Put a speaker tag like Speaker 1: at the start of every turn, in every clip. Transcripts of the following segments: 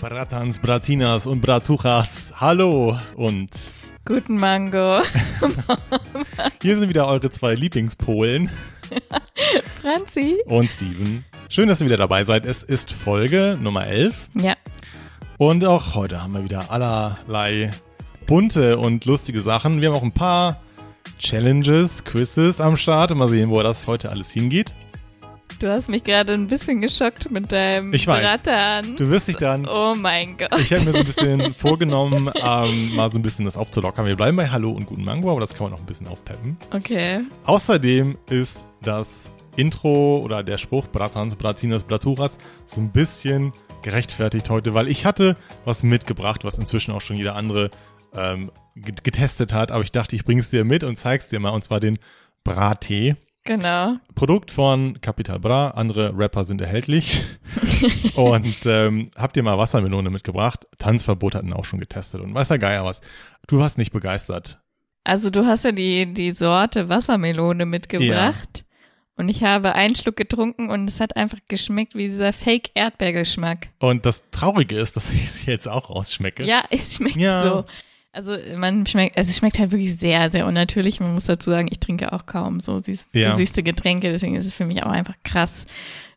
Speaker 1: Bratans, Bratinas und Bratuchas, hallo und
Speaker 2: Guten Mango.
Speaker 1: hier sind wieder eure zwei Lieblingspolen
Speaker 2: Franzi?
Speaker 1: und Steven. Schön, dass ihr wieder dabei seid. Es ist Folge Nummer 11
Speaker 2: Ja,
Speaker 1: und auch heute haben wir wieder allerlei bunte und lustige Sachen. Wir haben auch ein paar Challenges, Quizzes am Start. Mal sehen, wo das heute alles hingeht.
Speaker 2: du hast mich gerade ein bisschen geschockt mit deinem
Speaker 1: Ich weiß.
Speaker 2: Bratanz.
Speaker 1: Du wirst dich daran
Speaker 2: Oh mein Gott.
Speaker 1: Ich habe mir so ein bisschen vorgenommen, ähm, mal so ein bisschen das aufzulockern. Wir bleiben bei Hallo und Guten Mango, aber das kann man noch ein bisschen aufpeppen.
Speaker 2: Okay.
Speaker 1: Außerdem ist das Intro oder der Spruch Bratans, Bratinas, Braturas so ein bisschen gerechtfertigt heute, weil ich hatte was mitgebracht, was inzwischen auch schon jeder andere ähm, get- getestet hat. Aber ich dachte, ich bring's dir mit und zeig's dir mal. Und zwar den Brattee.
Speaker 2: Genau.
Speaker 1: Produkt von Capital Bra, andere Rapper sind erhältlich. und ähm, habt ihr mal Wassermelone mitgebracht? Tanzverbot hatten auch schon getestet und weiß der Geier was. Du warst nicht begeistert.
Speaker 2: Also du hast ja die, die Sorte Wassermelone mitgebracht. Und ich habe einen Schluck getrunken und es hat einfach geschmeckt wie dieser Fake-Erdbeergeschmack.
Speaker 1: Und das Traurige ist, dass ich sie jetzt auch rausschmecke.
Speaker 2: Ja, es schmeckt
Speaker 1: Ja.
Speaker 2: so. Also man schmeckt, also es schmeckt halt wirklich sehr, sehr unnatürlich. Man muss dazu sagen, ich trinke auch kaum so süß,
Speaker 1: Ja.
Speaker 2: süße Getränke, deswegen ist es für mich auch einfach krass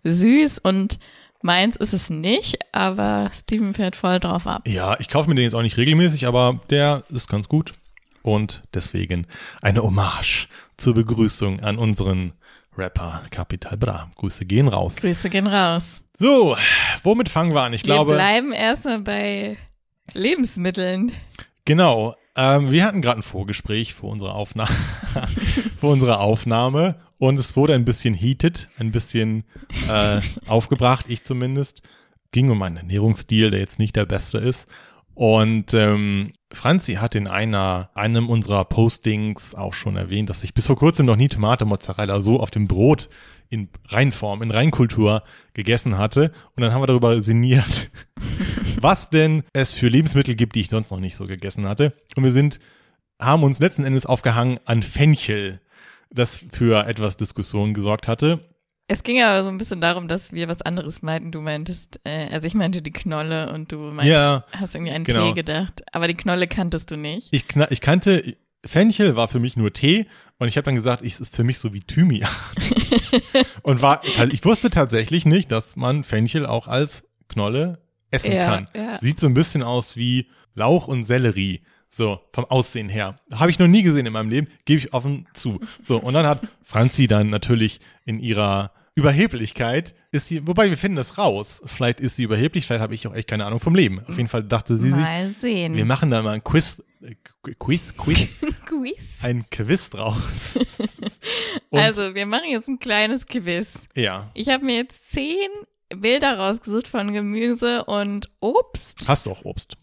Speaker 2: süß und meins ist es nicht, aber Steven fährt voll drauf ab.
Speaker 1: Ja, ich kaufe mir den jetzt auch nicht regelmäßig, aber der ist ganz gut. Und deswegen eine Hommage zur Begrüßung an unseren Rapper Capital Bra. Grüße gehen raus.
Speaker 2: Grüße gehen raus.
Speaker 1: So, womit fangen wir an? Ich
Speaker 2: Wir
Speaker 1: glaube.
Speaker 2: bleiben erstmal bei Lebensmitteln.
Speaker 1: Genau. Ähm, wir hatten gerade ein Vorgespräch vor unserer Aufnahme, vor unserer Aufnahme und es wurde ein bisschen heated, ein bisschen äh, aufgebracht, ich zumindest. Ging um einen Ernährungsstil, der jetzt nicht der beste ist. Und ähm, Franzi hat in einer, einem unserer Postings auch schon erwähnt, dass ich bis vor kurzem noch nie Tomate Mozzarella so auf dem Brot in Reinform, in Reinkultur gegessen hatte. Und dann haben wir darüber sinniert, was denn es für Lebensmittel gibt, die ich sonst noch nicht so gegessen hatte. Und wir sind, haben uns letzten Endes aufgehangen an Fenchel, das für etwas Diskussion gesorgt hatte.
Speaker 2: Es ging aber so ein bisschen darum, dass wir was anderes meinten. Du meintest, äh, also ich meinte die Knolle und du meinst,
Speaker 1: Ja,
Speaker 2: hast irgendwie an
Speaker 1: genau.
Speaker 2: Tee gedacht, aber die Knolle kanntest du nicht.
Speaker 1: Ich, kna ich kannte, Fenchel war für mich nur Tee und ich habe dann gesagt, ich- es ist für mich so wie Thymian. und war, ich wusste tatsächlich nicht, dass man Fenchel auch als Knolle essen
Speaker 2: Ja,
Speaker 1: kann.
Speaker 2: ja.
Speaker 1: Sieht so ein bisschen aus wie Lauch und Sellerie. So, vom Aussehen her. Habe ich noch nie gesehen in meinem Leben, gebe ich offen zu. So, und dann hat Franzi dann natürlich in ihrer Überheblichkeit, ist sie, wobei wir finden das raus. Vielleicht ist sie überheblich, vielleicht habe ich auch echt keine Ahnung vom Leben. Auf jeden Fall dachte sie sich,
Speaker 2: Mal sehen.
Speaker 1: wir machen da mal ein Quiz, äh, Qu- Quiz, Quiz,
Speaker 2: Mhm. Quiz.
Speaker 1: ein Quiz draus. Und-
Speaker 2: Also, wir machen jetzt ein kleines Quiz.
Speaker 1: Ja.
Speaker 2: Ich habe mir jetzt zehn Bilder rausgesucht von Gemüse und Obst.
Speaker 1: Hast du auch Obst?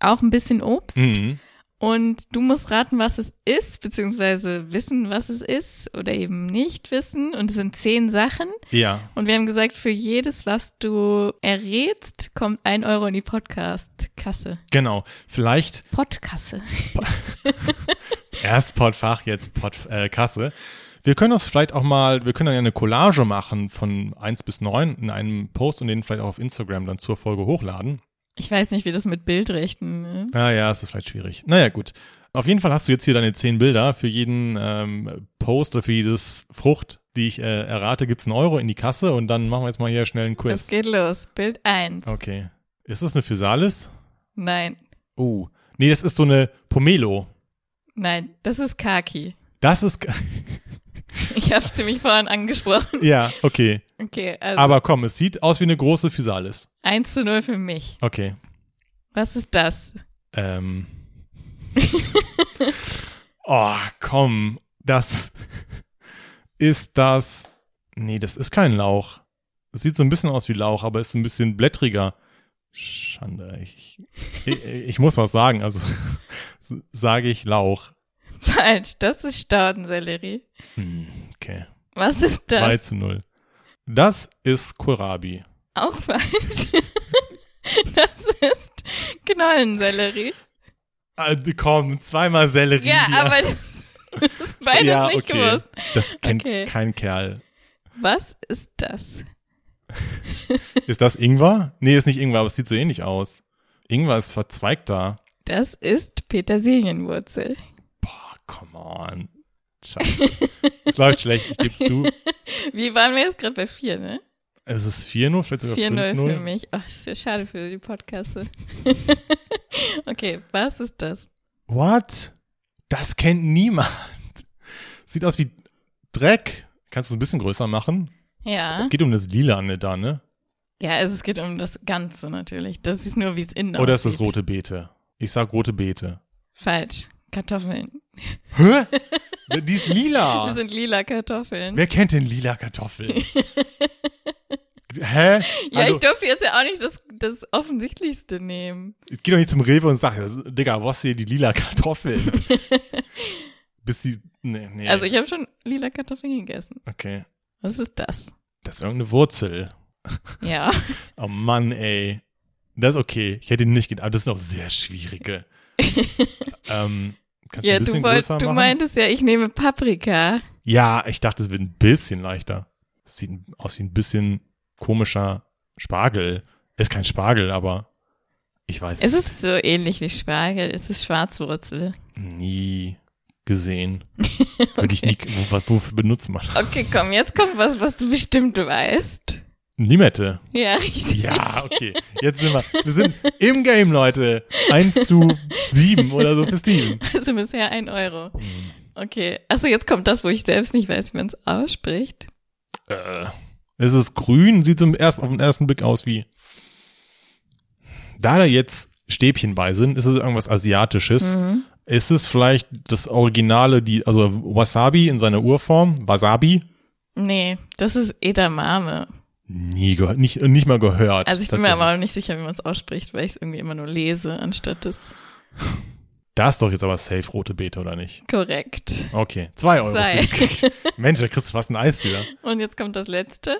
Speaker 2: Auch ein bisschen Obst.
Speaker 1: Mhm.
Speaker 2: Und du musst raten, was es ist, beziehungsweise wissen, was es ist oder eben nicht wissen. Und es sind zehn Sachen.
Speaker 1: Ja.
Speaker 2: Und wir haben gesagt, für jedes, was du errätst, kommt ein Euro in die Podcast-Kasse.
Speaker 1: Genau. Vielleicht
Speaker 2: Podkasse.
Speaker 1: erst Portfach, jetzt Port, äh, Kasse. Wir können das vielleicht auch mal, wir können dann ja eine Collage machen von 1 bis 9 in einem Post und den vielleicht auch auf Instagram dann zur Folge hochladen.
Speaker 2: Ich weiß nicht, wie das mit Bildrechten ist.
Speaker 1: Naja, es ist vielleicht schwierig. Naja, gut. Auf jeden Fall hast du jetzt hier deine zehn Bilder. Für jeden ähm, Post oder für jedes Frucht, die ich äh, errate, gibt's einen Euro in die Kasse und dann machen wir jetzt mal hier schnell einen Quiz.
Speaker 2: Es geht los. Bild eins.
Speaker 1: Okay. Ist das eine Physalis?
Speaker 2: Nein.
Speaker 1: Oh. Nee, das ist so eine Pomelo.
Speaker 2: Nein, das ist Kaki.
Speaker 1: Das ist.
Speaker 2: Ich habe es ziemlich vorhin angesprochen.
Speaker 1: ja, okay.
Speaker 2: Okay, also
Speaker 1: Aber komm, es sieht aus wie eine große Physalis.
Speaker 2: 1 zu 0 für mich.
Speaker 1: Okay.
Speaker 2: Was ist das?
Speaker 1: Ähm. oh, komm. Das ist das. Nee, das ist kein Lauch. Das sieht so ein bisschen aus wie Lauch, aber ist so ein bisschen blättriger. Schande. Ich, ich, ich muss was sagen. Also sage ich Lauch.
Speaker 2: Falsch, das ist Staudensellerie.
Speaker 1: Hm, okay.
Speaker 2: Was ist
Speaker 1: 2
Speaker 2: das?
Speaker 1: zu 0. Das ist Kohlrabi.
Speaker 2: Auch falsch. Das ist Knollensellerie.
Speaker 1: Ah, komm, zweimal Sellerie.
Speaker 2: Ja,
Speaker 1: hier.
Speaker 2: aber das, das ist beides
Speaker 1: ja,
Speaker 2: nicht
Speaker 1: okay.
Speaker 2: gewusst.
Speaker 1: Das kennt
Speaker 2: Okay.
Speaker 1: kein Kerl.
Speaker 2: Was ist das?
Speaker 1: Ist das Ingwer? Nee, ist nicht Ingwer, aber es sieht so ähnlich aus. Ingwer ist verzweigter.
Speaker 2: Das ist Petersilienwurzel.
Speaker 1: Boah, come on. Scheiße. Es läuft schlecht, ich gebe zu.
Speaker 2: Wie waren wir jetzt gerade bei vier, ne?
Speaker 1: Es ist 4-0, vielleicht sogar
Speaker 2: 4-0
Speaker 1: 5-0.
Speaker 2: für mich. Ach, ist ja schade für die Podcaste. okay, was ist das?
Speaker 1: What? Das kennt niemand. Sieht aus wie Dreck. Kannst du es ein bisschen größer machen?
Speaker 2: Ja.
Speaker 1: Es geht um das Lilane da, ne?
Speaker 2: Ja, also es geht um das Ganze natürlich. Das ist nur, wie es innen
Speaker 1: Oder ist
Speaker 2: aussieht.
Speaker 1: das rote Beete? Ich sag rote Beete.
Speaker 2: Falsch. Kartoffeln.
Speaker 1: Hä? Die ist lila.
Speaker 2: Das sind lila Kartoffeln.
Speaker 1: Ah. Wer kennt denn lila Kartoffeln? Hä?
Speaker 2: Ja,
Speaker 1: also,
Speaker 2: ich durfte jetzt ja auch nicht das, das Offensichtlichste nehmen.
Speaker 1: ich geh doch nicht zum Rewe und sag, das- Digga, was hier die lila Kartoffeln? Bis die. Nee, nee.
Speaker 2: Also ich habe schon lila Kartoffeln gegessen.
Speaker 1: okay.
Speaker 2: Was ist das?
Speaker 1: Das ist irgendeine Wurzel.
Speaker 2: Ja.
Speaker 1: Oh Mann, ey. Das ist okay. Ich hätte ihn nicht gedacht. Aber das sind auch sehr schwierige. ähm, kannst
Speaker 2: ja,
Speaker 1: du ein bisschen
Speaker 2: du, wollt,
Speaker 1: größer
Speaker 2: du
Speaker 1: machen?
Speaker 2: meintest ja, ich nehme Paprika.
Speaker 1: ja, ich dachte, es wird ein bisschen leichter. Es sieht aus wie ein bisschen komischer Spargel. Ist kein Spargel, aber ich weiß
Speaker 2: Es ist so ähnlich wie Spargel. Es ist Schwarzwurzel.
Speaker 1: nie gesehen. Würde ich nie. wo- was- Wofür benutzt man?
Speaker 2: Okay, komm, jetzt kommt was, was du bestimmt weißt.
Speaker 1: Limette.
Speaker 2: Ja, richtig.
Speaker 1: Ja, okay. Jetzt sind wir. Wir sind im Game, Leute. Eins zu sieben oder so für Steven.
Speaker 2: Also bisher ein Euro.
Speaker 1: Hm.
Speaker 2: Okay. Achso, jetzt kommt das, wo ich selbst nicht weiß, wie man es ausspricht.
Speaker 1: Äh, es ist grün, sieht zum erst, auf den ersten Blick aus wie. Da da jetzt Stäbchen bei sind, ist es irgendwas Asiatisches.
Speaker 2: Mhm.
Speaker 1: Ist es vielleicht das Originale, die, also Wasabi in seiner Urform? Wasabi?
Speaker 2: Nee, das ist eh Edamame.
Speaker 1: Nie gehört, nicht, nicht mal gehört.
Speaker 2: Also ich bin mir
Speaker 1: tatsächlich.
Speaker 2: aber auch nicht sicher, wie man es ausspricht, weil ich es irgendwie immer nur lese, anstatt des
Speaker 1: Da ist doch jetzt aber safe rote Beete, oder nicht?
Speaker 2: korrekt.
Speaker 1: Okay, zwei Euro.
Speaker 2: Zwei.
Speaker 1: für die- Mensch, da kriegst du fast ein Eis wieder.
Speaker 2: Und jetzt kommt das letzte.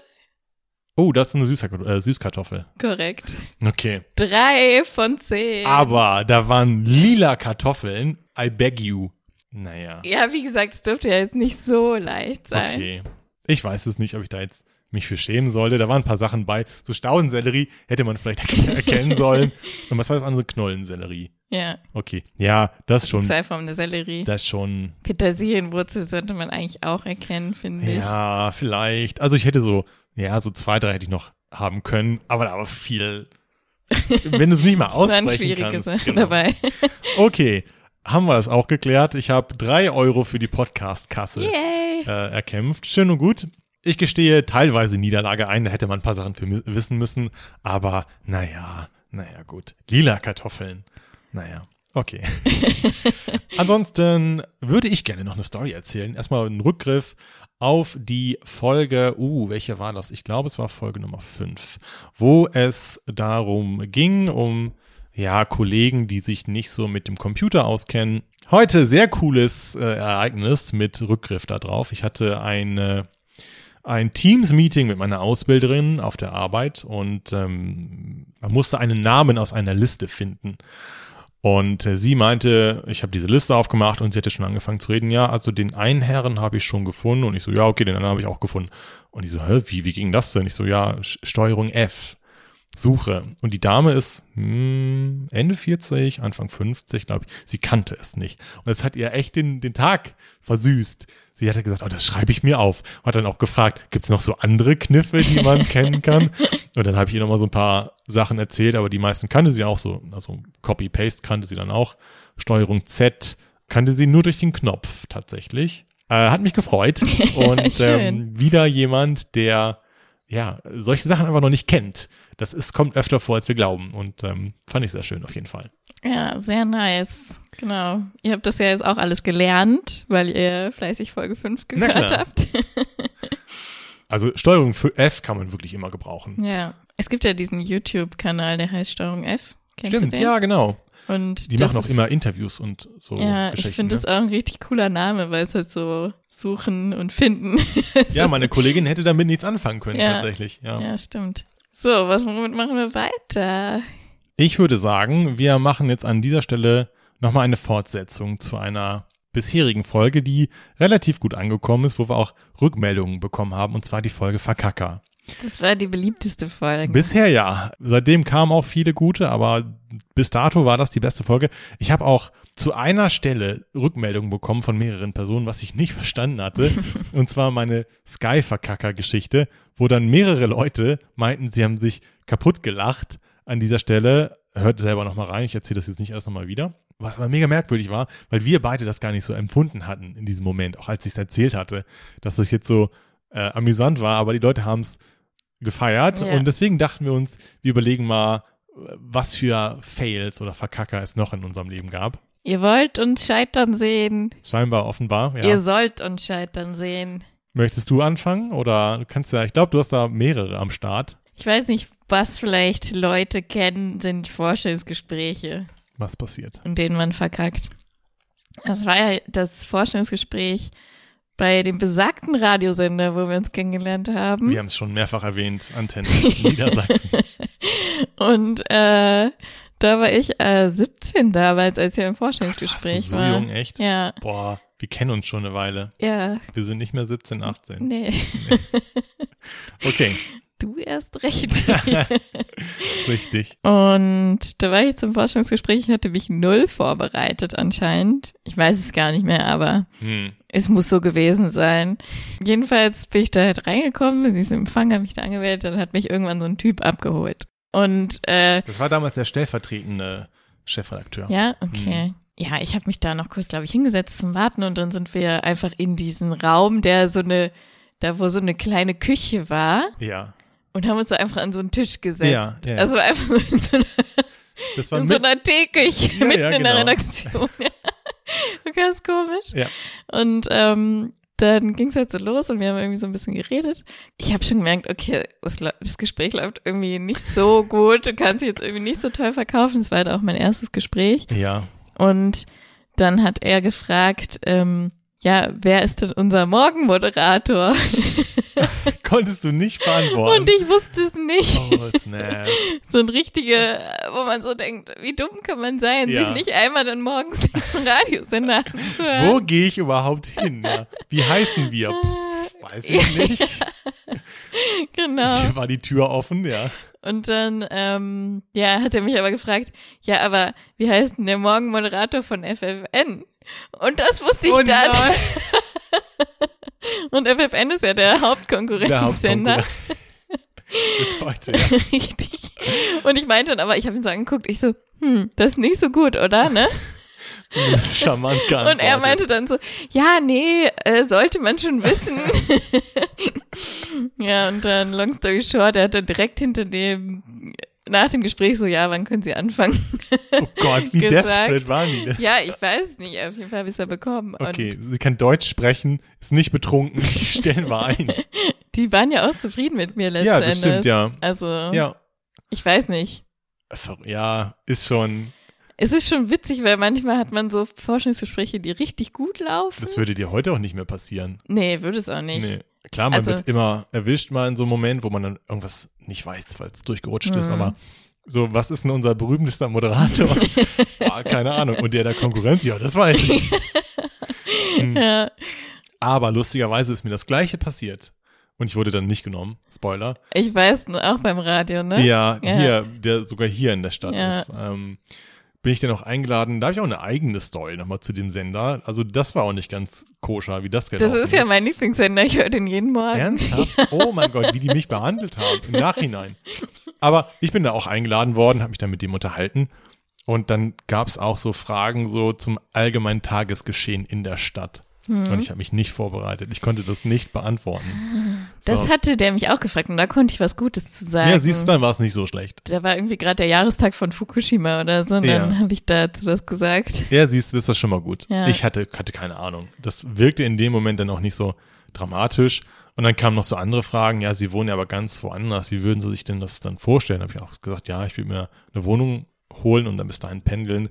Speaker 1: Oh, das ist eine Süßkartoffel. Äh, Süßkartoffel.
Speaker 2: Korrekt.
Speaker 1: Okay.
Speaker 2: Drei von zehn.
Speaker 1: Aber da waren lila Kartoffeln. I beg you. Naja.
Speaker 2: Ja, wie gesagt, es dürfte ja jetzt nicht so leicht sein.
Speaker 1: Okay. Ich weiß es nicht, ob ich da jetzt mich für schämen sollte. Da waren ein paar Sachen bei. So Staudensellerie hätte man vielleicht erk- erkennen sollen. Und was war das andere? Knollensellerie.
Speaker 2: Ja,
Speaker 1: Okay. Ja, das schon,
Speaker 2: zwei Formen der Sellerie.
Speaker 1: das schon.
Speaker 2: Petersilienwurzel sollte man eigentlich auch erkennen, finde ich.
Speaker 1: Ja, vielleicht. Also ich hätte so, ja, so zwei, drei hätte ich noch haben können. Aber da war viel. Wenn du es nicht mal
Speaker 2: Es waren
Speaker 1: aussprechen
Speaker 2: schwierige
Speaker 1: kannst.
Speaker 2: Sachen
Speaker 1: Genau.
Speaker 2: dabei.
Speaker 1: Okay, haben wir das auch geklärt. Ich habe drei Euro für die Podcast-Kasse
Speaker 2: Yay!
Speaker 1: äh, erkämpft. Schön und gut. Ich gestehe teilweise Niederlage ein, da hätte man ein paar Sachen für mi- wissen müssen, aber naja, naja, gut. Lila Kartoffeln. Naja, okay. Ansonsten würde ich gerne noch eine Story erzählen. Erstmal einen Rückgriff auf die Folge, uh, welche war das? Ich glaube, es war Folge Nummer 5, wo es darum ging, um ja, Kollegen, die sich nicht so mit dem Computer auskennen. Heute sehr cooles äh, Ereignis mit Rückgriff darauf. Ich hatte eine, ein Teams-Meeting mit meiner Ausbilderin auf der Arbeit und ähm, man musste einen Namen aus einer Liste finden. Und äh, sie meinte, ich habe diese Liste aufgemacht und sie hatte schon angefangen zu reden. Ja, also den einen Herren habe ich schon gefunden. Und ich so, ja, okay, den anderen habe ich auch gefunden. Und die so, hä, wie, wie ging das denn? Ich so, ja, Sch- Steuerung F, Suche. Und die Dame ist hm, Ende 40, Anfang 50, glaube ich. Sie kannte es nicht. Und es hat ihr echt den, den Tag versüßt. Sie hatte gesagt, oh, das schreibe ich mir auf. Hat dann auch gefragt, gibt's noch so andere Kniffe, die man kennen kann? Und dann habe ich ihr nochmal so ein paar Sachen erzählt, aber die meisten kannte sie auch so. Also Copy-Paste kannte sie dann auch. Steuerung Z kannte sie nur durch den Knopf tatsächlich. Äh, hat mich gefreut. Und
Speaker 2: Schön.
Speaker 1: ähm, wieder jemand, der ja solche Sachen einfach noch nicht kennt. Das ist, kommt öfter vor, als wir glauben. Und ähm, fand ich sehr schön auf jeden Fall.
Speaker 2: Ja, sehr nice. Genau. Ihr habt das ja jetzt auch alles gelernt, weil ihr fleißig Folge 5
Speaker 1: Na
Speaker 2: gehört
Speaker 1: klar.
Speaker 2: habt.
Speaker 1: Also Steuerung für F kann man wirklich immer gebrauchen.
Speaker 2: Ja. Es gibt ja diesen YouTube-Kanal, der heißt Steuerung F. Kennst
Speaker 1: Stimmt,
Speaker 2: du den?
Speaker 1: ja, genau.
Speaker 2: Und
Speaker 1: Die
Speaker 2: das
Speaker 1: machen auch
Speaker 2: ist,
Speaker 1: immer Interviews und so
Speaker 2: Ja,
Speaker 1: Geschichten.
Speaker 2: ich finde
Speaker 1: ne?
Speaker 2: das auch ein richtig cooler Name, weil es halt so suchen und finden.
Speaker 1: ja, meine Kollegin hätte damit nichts anfangen können,
Speaker 2: Ja.
Speaker 1: tatsächlich. Ja.
Speaker 2: ja, stimmt. So, was womit machen wir weiter?
Speaker 1: Ich würde sagen, wir machen jetzt an dieser Stelle nochmal eine Fortsetzung zu einer bisherigen Folge, die relativ gut angekommen ist, wo wir auch Rückmeldungen bekommen haben, und zwar die Folge Verkacker.
Speaker 2: Das war die beliebteste Folge.
Speaker 1: Bisher ja. Seitdem kamen auch viele gute, aber bis dato war das die beste Folge. Ich habe auch zu einer Stelle Rückmeldungen bekommen von mehreren Personen, was ich nicht verstanden hatte. und zwar meine Sky-Verkacker-Geschichte, wo dann mehrere Leute meinten, sie haben sich kaputt gelacht an dieser Stelle. Hört selber nochmal rein, ich erzähle das jetzt nicht alles nochmal wieder. Was aber mega merkwürdig war, weil wir beide das gar nicht so empfunden hatten in diesem Moment, auch als ich es erzählt hatte, dass das jetzt so äh, amüsant war, aber die Leute haben es gefeiert
Speaker 2: Ja.
Speaker 1: und deswegen dachten wir uns, wir überlegen mal, was für Fails oder Verkacker es noch in unserem Leben gab.
Speaker 2: Ihr wollt uns scheitern sehen.
Speaker 1: Scheinbar offenbar, ja.
Speaker 2: Ihr sollt uns scheitern sehen.
Speaker 1: Möchtest du anfangen oder du kannst ja, ich glaube, du hast da mehrere am Start.
Speaker 2: Ich weiß nicht, was vielleicht Leute kennen, sind Vorstellungsgespräche,
Speaker 1: Was passiert?
Speaker 2: in denen man verkackt. Das war ja das Vorstellungsgespräch bei dem besagten Radiosender, wo wir uns kennengelernt haben.
Speaker 1: Wir haben es schon mehrfach erwähnt, Antenne Niedersachsen.
Speaker 2: Und äh, da war ich äh, 17 damals, als ihr im
Speaker 1: Gott, warst
Speaker 2: Vorstellungsgespräch
Speaker 1: du so
Speaker 2: war.
Speaker 1: jung, echt?
Speaker 2: Ja,
Speaker 1: Boah, wir kennen uns schon eine Weile.
Speaker 2: ja,
Speaker 1: Wir sind nicht mehr 17, 18.
Speaker 2: nee,
Speaker 1: Okay,
Speaker 2: du erst recht.
Speaker 1: ist richtig.
Speaker 2: Und da war ich zum Forschungsgespräch, ich hatte mich null vorbereitet anscheinend. Ich weiß es gar nicht mehr, aber
Speaker 1: Hm.
Speaker 2: es muss so gewesen sein. Jedenfalls bin ich da halt reingekommen, in diesem Empfang habe mich da angemeldet, dann hat mich irgendwann so ein Typ abgeholt. Und äh,
Speaker 1: Das war damals der stellvertretende Chefredakteur.
Speaker 2: Ja,
Speaker 1: Hm.
Speaker 2: okay. Ja, ich habe mich da noch kurz, glaube ich, hingesetzt zum Warten und dann sind wir einfach in diesen Raum, der so eine, da wo so eine kleine Küche war
Speaker 1: Ja.
Speaker 2: und haben uns da einfach an so einen Tisch gesetzt.
Speaker 1: Ja, ja.
Speaker 2: Also einfach so in so einer,
Speaker 1: Das war
Speaker 2: in so
Speaker 1: mit,
Speaker 2: einer Teeküche
Speaker 1: Ja,
Speaker 2: mitten
Speaker 1: ja,
Speaker 2: in der
Speaker 1: genau.
Speaker 2: Redaktion. Ganz komisch.
Speaker 1: Ja.
Speaker 2: Und ähm, dann ging's halt so los und wir haben irgendwie so ein bisschen geredet. Ich habe schon gemerkt, okay, das, lau- das Gespräch läuft irgendwie nicht so gut. Du kannst dich jetzt irgendwie nicht so toll verkaufen. Es war halt auch mein erstes Gespräch.
Speaker 1: ja.
Speaker 2: Und dann hat er gefragt, ähm, ja, wer ist denn unser Morgenmoderator?
Speaker 1: Konntest du nicht beantworten.
Speaker 2: Und ich wusste es nicht.
Speaker 1: oh, snap.
Speaker 2: So ein richtiger, wo man so denkt, wie dumm kann man sein,
Speaker 1: Ja.
Speaker 2: sich nicht einmal dann morgens den Radiosender anzuhören.
Speaker 1: Wo gehe ich überhaupt hin? Ja. Wie heißen wir? Pff, weiß ich nicht.
Speaker 2: Genau.
Speaker 1: Hier war die Tür offen, ja.
Speaker 2: Und dann, ähm, ja, hat er mich aber gefragt, ja, aber wie heißt denn der Morgenmoderator von FFN? Und das wusste ich
Speaker 1: Oh
Speaker 2: dann.
Speaker 1: nein.
Speaker 2: Und FFN ist ja der
Speaker 1: Der
Speaker 2: Hauptkonkurrenzsender.
Speaker 1: Hauptkonkurrent. Bis heute, ja.
Speaker 2: Richtig. Und ich meinte dann aber, ich habe ihn so angeguckt, ich so, hm, das ist nicht so gut, oder? Ne?
Speaker 1: Zumindest charmant
Speaker 2: Und
Speaker 1: geantwortet.
Speaker 2: er meinte dann so, ja, nee, äh, sollte man schon wissen. ja, und dann, long story short, er hat dann direkt hinter dem, nach dem Gespräch so, ja, wann können Sie anfangen?
Speaker 1: oh Gott, wie
Speaker 2: gesagt.
Speaker 1: desperate waren die denn?
Speaker 2: ja, ich weiß nicht, auf jeden Fall habe ich es ja bekommen.
Speaker 1: Okay,
Speaker 2: Und
Speaker 1: sie kann Deutsch sprechen, ist nicht betrunken, stellen wir ein.
Speaker 2: die waren ja auch zufrieden mit mir letzten
Speaker 1: Ja, das
Speaker 2: Endes.
Speaker 1: stimmt, ja.
Speaker 2: Also,
Speaker 1: Ja,
Speaker 2: ich weiß nicht.
Speaker 1: ver- ja, ist schon,
Speaker 2: Es ist schon witzig, weil manchmal hat man so Forschungsgespräche, die richtig gut laufen.
Speaker 1: das würde dir heute auch nicht mehr passieren.
Speaker 2: nee, würde es auch nicht.
Speaker 1: Nee. Klar, man
Speaker 2: Also-
Speaker 1: wird immer erwischt mal in so einem Moment, wo man dann irgendwas nicht weiß, weil es durchgerutscht ist,
Speaker 2: Mhm.
Speaker 1: aber so, was ist denn unser berühmtester Moderator? ah, keine Ahnung. Und der der Konkurrenz, ja, das weiß ich. Hm.
Speaker 2: Ja,
Speaker 1: Aber lustigerweise ist mir das Gleiche passiert. Und ich wurde dann nicht genommen. Spoiler.
Speaker 2: ich weiß, ne, auch beim Radio, ne?
Speaker 1: Ja,
Speaker 2: Ja.
Speaker 1: hier, der sogar hier in der Stadt
Speaker 2: Ja.
Speaker 1: ist. Ähm, bin ich dann auch eingeladen. Da habe ich auch eine eigene Story nochmal zu dem Sender. Also das war auch nicht ganz koscher, wie das
Speaker 2: Das
Speaker 1: gelaufen
Speaker 2: ist ja mein Lieblingssender, ich höre den jeden Morgen.
Speaker 1: Ernsthaft? Oh mein Gott, wie die mich behandelt haben im Nachhinein. Aber ich bin da auch eingeladen worden, habe mich dann mit dem unterhalten. Und dann gab es auch so Fragen so zum allgemeinen Tagesgeschehen in der Stadt.
Speaker 2: Hm.
Speaker 1: Und ich habe mich nicht vorbereitet. Ich konnte das nicht beantworten.
Speaker 2: Das hatte der mich auch gefragt und da konnte ich was Gutes zu sagen.
Speaker 1: ja, siehst du, dann war es nicht so schlecht.
Speaker 2: Da war irgendwie gerade der Jahrestag von Fukushima oder so und dann
Speaker 1: Ja.
Speaker 2: habe ich dazu was gesagt.
Speaker 1: Ja, siehst du, das ist das schon mal gut.
Speaker 2: Ja.
Speaker 1: Ich hatte, hatte keine Ahnung. Das wirkte in dem Moment dann auch nicht so dramatisch. Und dann kamen noch so andere Fragen. Ja, sie wohnen ja aber ganz woanders. Wie würden sie sich denn das dann vorstellen? Habe ich auch gesagt, ja, ich würde mir eine Wohnung holen und dann bis dahin pendeln.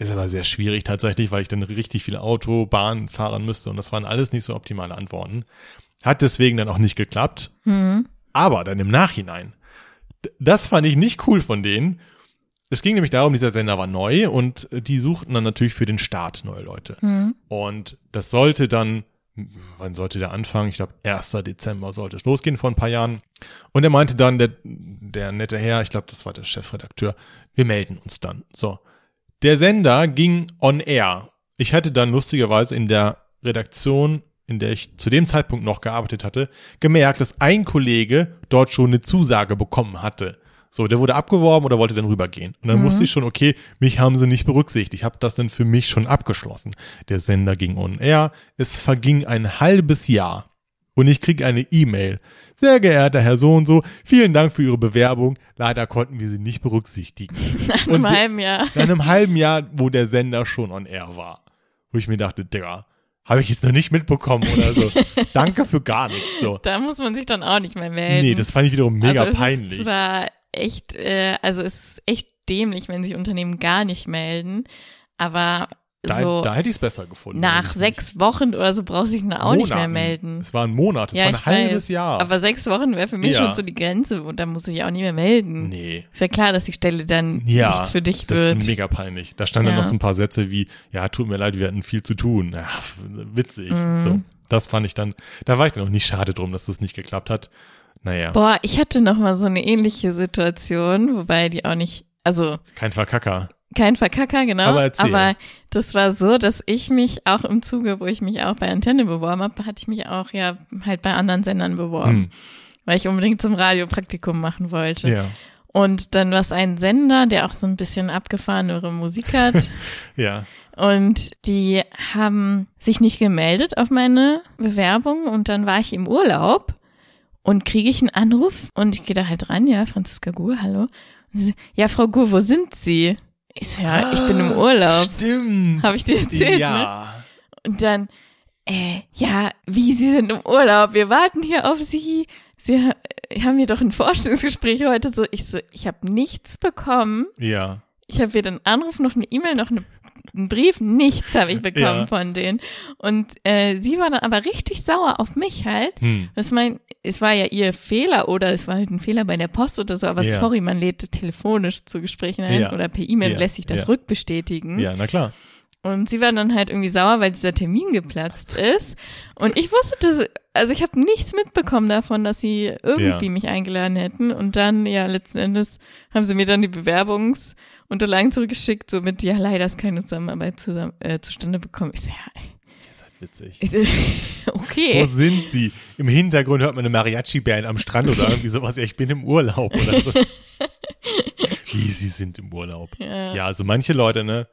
Speaker 1: Ist aber sehr schwierig tatsächlich, weil ich dann richtig viel Auto, Bahn fahren müsste. Und das waren alles nicht so optimale Antworten. Hat deswegen dann auch nicht geklappt.
Speaker 2: Hm.
Speaker 1: Aber dann im Nachhinein. D- Das fand ich nicht cool von denen. Es ging nämlich darum, dieser Sender war äh, neu und die suchten dann natürlich für den Start neue Leute. Und das sollte dann wann sollte der anfangen? Ich glaube, 1. Dezember sollte es losgehen vor ein paar Jahren. Und er meinte dann, der, der nette Herr, ich glaube, das war der Chefredakteur, wir melden uns dann. So. Der Sender ging on air. Ich hatte dann lustigerweise in der Redaktion, in der ich zu dem Zeitpunkt noch gearbeitet hatte, gemerkt, dass ein Kollege dort schon eine Zusage bekommen hatte. So, der wurde abgeworben oder wollte dann rübergehen. Und dann
Speaker 2: Mhm.
Speaker 1: wusste ich schon, okay, mich haben sie nicht berücksichtigt. Ich habe das dann für mich schon abgeschlossen. Der Sender ging on air. Es verging ein halbes Jahr. Und ich krieg eine E-Mail. Sehr geehrter Herr So und so, vielen Dank für Ihre Bewerbung. Leider konnten wir Sie nicht berücksichtigen.
Speaker 2: In einem halben Jahr.
Speaker 1: Nach einem halben Jahr, wo der Sender schon on air war. Wo ich mir dachte, Digga, habe ich jetzt noch nicht mitbekommen oder so. Danke für gar nichts. So.
Speaker 2: Da muss man sich dann auch nicht mehr melden.
Speaker 1: Nee, das fand ich wiederum mega
Speaker 2: Ähm, also es
Speaker 1: peinlich.
Speaker 2: Ist zwar echt, äh, also es ist echt dämlich, wenn sich Unternehmen gar nicht melden, aber
Speaker 1: Da,
Speaker 2: so
Speaker 1: da hätte ich es besser gefunden.
Speaker 2: nach
Speaker 1: Weiß ich
Speaker 2: sechs Wochen oder so brauchst du dich dann auch nicht mehr
Speaker 1: Monaten.
Speaker 2: melden.
Speaker 1: Es war ein Monat, es
Speaker 2: Ja,
Speaker 1: war
Speaker 2: ich
Speaker 1: ein halbes
Speaker 2: weiß.
Speaker 1: Jahr.
Speaker 2: Aber sechs Wochen wäre für mich
Speaker 1: Ja.
Speaker 2: schon so die Grenze und dann musst du dich auch nie mehr melden.
Speaker 1: nee.
Speaker 2: Ist ja klar, dass die Stelle dann
Speaker 1: Ja,
Speaker 2: nichts für dich
Speaker 1: Das
Speaker 2: wird.
Speaker 1: ist mega peinlich. Da standen
Speaker 2: Ja.
Speaker 1: dann noch so ein paar Sätze wie, ja, tut mir leid, wir hatten viel zu tun. Ja, f- witzig.
Speaker 2: Mhm.
Speaker 1: So, das fand ich dann, da war ich dann auch nicht schade drum, dass das nicht geklappt hat. Naja,
Speaker 2: Boah, ich hatte noch mal so eine ähnliche Situation, wobei die auch nicht, also
Speaker 1: kein Verkacker.
Speaker 2: kein Verkacker, genau.
Speaker 1: Aber erzähl.
Speaker 2: aber das war so, dass ich mich auch im Zuge, wo ich mich auch bei Antenne beworben habe, hatte ich mich auch ja halt bei anderen Sendern beworben,
Speaker 1: Hm.
Speaker 2: weil ich unbedingt zum Radiopraktikum machen wollte.
Speaker 1: Ja.
Speaker 2: Und dann war es ein Sender, der auch so ein bisschen abgefahrenere Musik hat.
Speaker 1: ja.
Speaker 2: und die haben sich nicht gemeldet auf meine Bewerbung und dann war ich im Urlaub und kriege ich einen Anruf und ich gehe da halt ran, ja, Franziska Gur, hallo. Und sie, so, ja, Frau Gur, wo sind Sie? Ich so, ja, Ah, ich bin im Urlaub.
Speaker 1: Ah, Stimmt.
Speaker 2: Habe ich dir erzählt, ne?
Speaker 1: ja.
Speaker 2: Und dann, äh, ja, wie, Sie sind im Urlaub, wir warten hier auf Sie. Sie ha- haben hier doch ein Vorstellungsgespräch heute. So, ich so, ich habe nichts bekommen.
Speaker 1: Ja.
Speaker 2: Ich habe weder einen Anruf noch eine E-Mail noch eine, einen Brief. Nichts habe ich bekommen
Speaker 1: Ja.
Speaker 2: von denen. Und äh, sie war dann aber richtig sauer auf mich halt.
Speaker 1: Hm.
Speaker 2: Das mein, es war ja ihr Fehler oder es war halt ein Fehler bei der Post oder so, aber
Speaker 1: Ja.
Speaker 2: sorry, man lädt telefonisch zu Gesprächen ein
Speaker 1: Ja.
Speaker 2: oder per E-Mail
Speaker 1: Ja.
Speaker 2: lässt sich das
Speaker 1: Ja.
Speaker 2: rückbestätigen.
Speaker 1: Ja, na klar.
Speaker 2: Und sie war dann halt irgendwie sauer, weil dieser Termin geplatzt ist. Und ich wusste, dass, also ich habe nichts mitbekommen davon, dass sie irgendwie
Speaker 1: Ja.
Speaker 2: mich eingeladen hätten. Und dann, ja, letzten Endes haben sie mir dann die Bewerbungsunterlagen zurückgeschickt, so mit, ja, leider ist keine Zusammenarbeit zusammen, äh, zustande gekommen. Ich so, ja,
Speaker 1: Ihr seid witzig.
Speaker 2: ich so,
Speaker 1: Wo
Speaker 2: okay.
Speaker 1: sind sie? Im Hintergrund hört man eine Mariachi-Band am Strand oder irgendwie sowas. Ja, ich bin im Urlaub oder so. Wie, sie sind im Urlaub.
Speaker 2: Ja.
Speaker 1: Ja, also manche Leute, ne?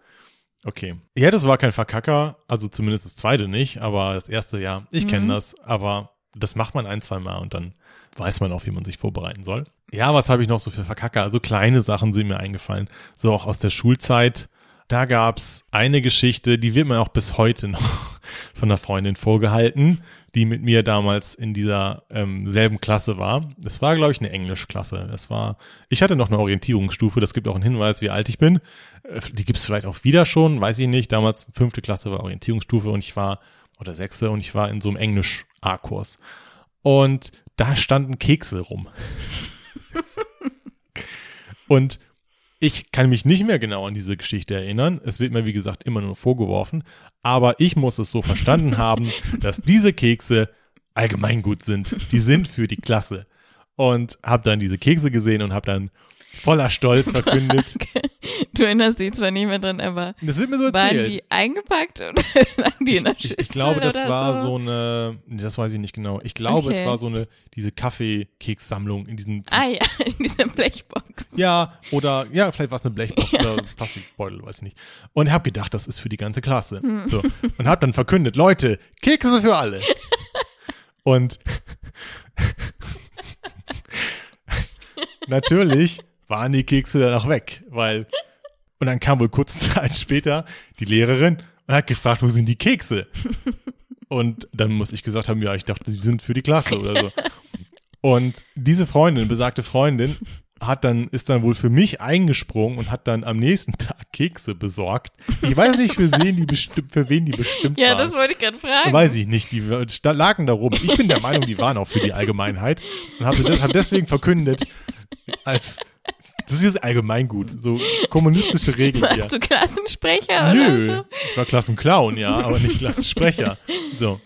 Speaker 1: Okay. Ja, das war kein Verkacker, also zumindest das zweite nicht, aber das erste, ja, ich kenne
Speaker 2: Mhm.
Speaker 1: das, aber das macht man ein, zwei Mal und dann weiß man auch, wie man sich vorbereiten soll. Ja, was habe ich noch so für Verkacker? Also kleine Sachen sind mir eingefallen, so auch aus der Schulzeit. Da gab's eine Geschichte, die wird mir auch bis heute noch von einer Freundin vorgehalten, die mit mir damals in dieser ähm, selben Klasse war. Das war, glaube ich, eine Englischklasse. Das war, ich hatte noch eine Orientierungsstufe, das gibt auch einen Hinweis, wie alt ich bin. Äh, Die gibt's vielleicht auch wieder schon, weiß ich nicht. Damals fünfte Klasse war Orientierungsstufe und ich war, oder sechste, und ich war in so einem Englisch-A-Kurs. Und da standen Kekse rum. und ich kann mich nicht mehr genau an diese Geschichte erinnern. Es wird mir, wie gesagt, immer nur vorgeworfen. Aber ich muss es so verstanden haben, dass diese Kekse allgemeingut sind. Die sind für die Klasse. Und habe dann diese Kekse gesehen und habe dann voller Stolz verkündet.
Speaker 2: Du erinnerst dich zwar nicht mehr dran, aber
Speaker 1: Das wird mir so
Speaker 2: waren
Speaker 1: erzählt.
Speaker 2: die eingepackt oder lagen die in der
Speaker 1: ich,
Speaker 2: Schüssel
Speaker 1: ich glaube, das
Speaker 2: oder
Speaker 1: war
Speaker 2: so?
Speaker 1: so eine, nee, das weiß ich nicht genau. Ich glaube, es
Speaker 2: Okay.
Speaker 1: war so eine, diese Kaffeekekssammlung in diesem.
Speaker 2: Ah ja, in dieser Blechbox.
Speaker 1: Ja, oder, ja, vielleicht war es eine Blechbox oder Plastikbeutel, weiß ich nicht. Und habe gedacht, das ist für die ganze Klasse.
Speaker 2: Hm.
Speaker 1: So. Und habe dann verkündet, Leute, Kekse für alle. Und natürlich waren die Kekse danach weg, weil und dann kam wohl kurze Zeit später die Lehrerin und hat gefragt, wo sind die Kekse? Und dann muss ich gesagt haben, ja, ich dachte, sie sind für die Klasse oder so. Und diese Freundin, besagte Freundin, hat dann, ist dann wohl für mich eingesprungen und hat dann am nächsten Tag Kekse besorgt. Ich weiß nicht, für, wen die, bestimmt, für wen die bestimmt
Speaker 2: Ja,
Speaker 1: waren.
Speaker 2: das wollte ich gerade fragen.
Speaker 1: Weiß ich nicht, die sta- lagen da rum. Ich bin der Meinung, die waren auch für die Allgemeinheit und habe das, hab deswegen verkündet, als das ist allgemeingut, so kommunistische Regeln hier.
Speaker 2: Warst du Klassensprecher
Speaker 1: Nö,
Speaker 2: oder so?
Speaker 1: ich war Klassenclown, ja, aber nicht Klassensprecher. So.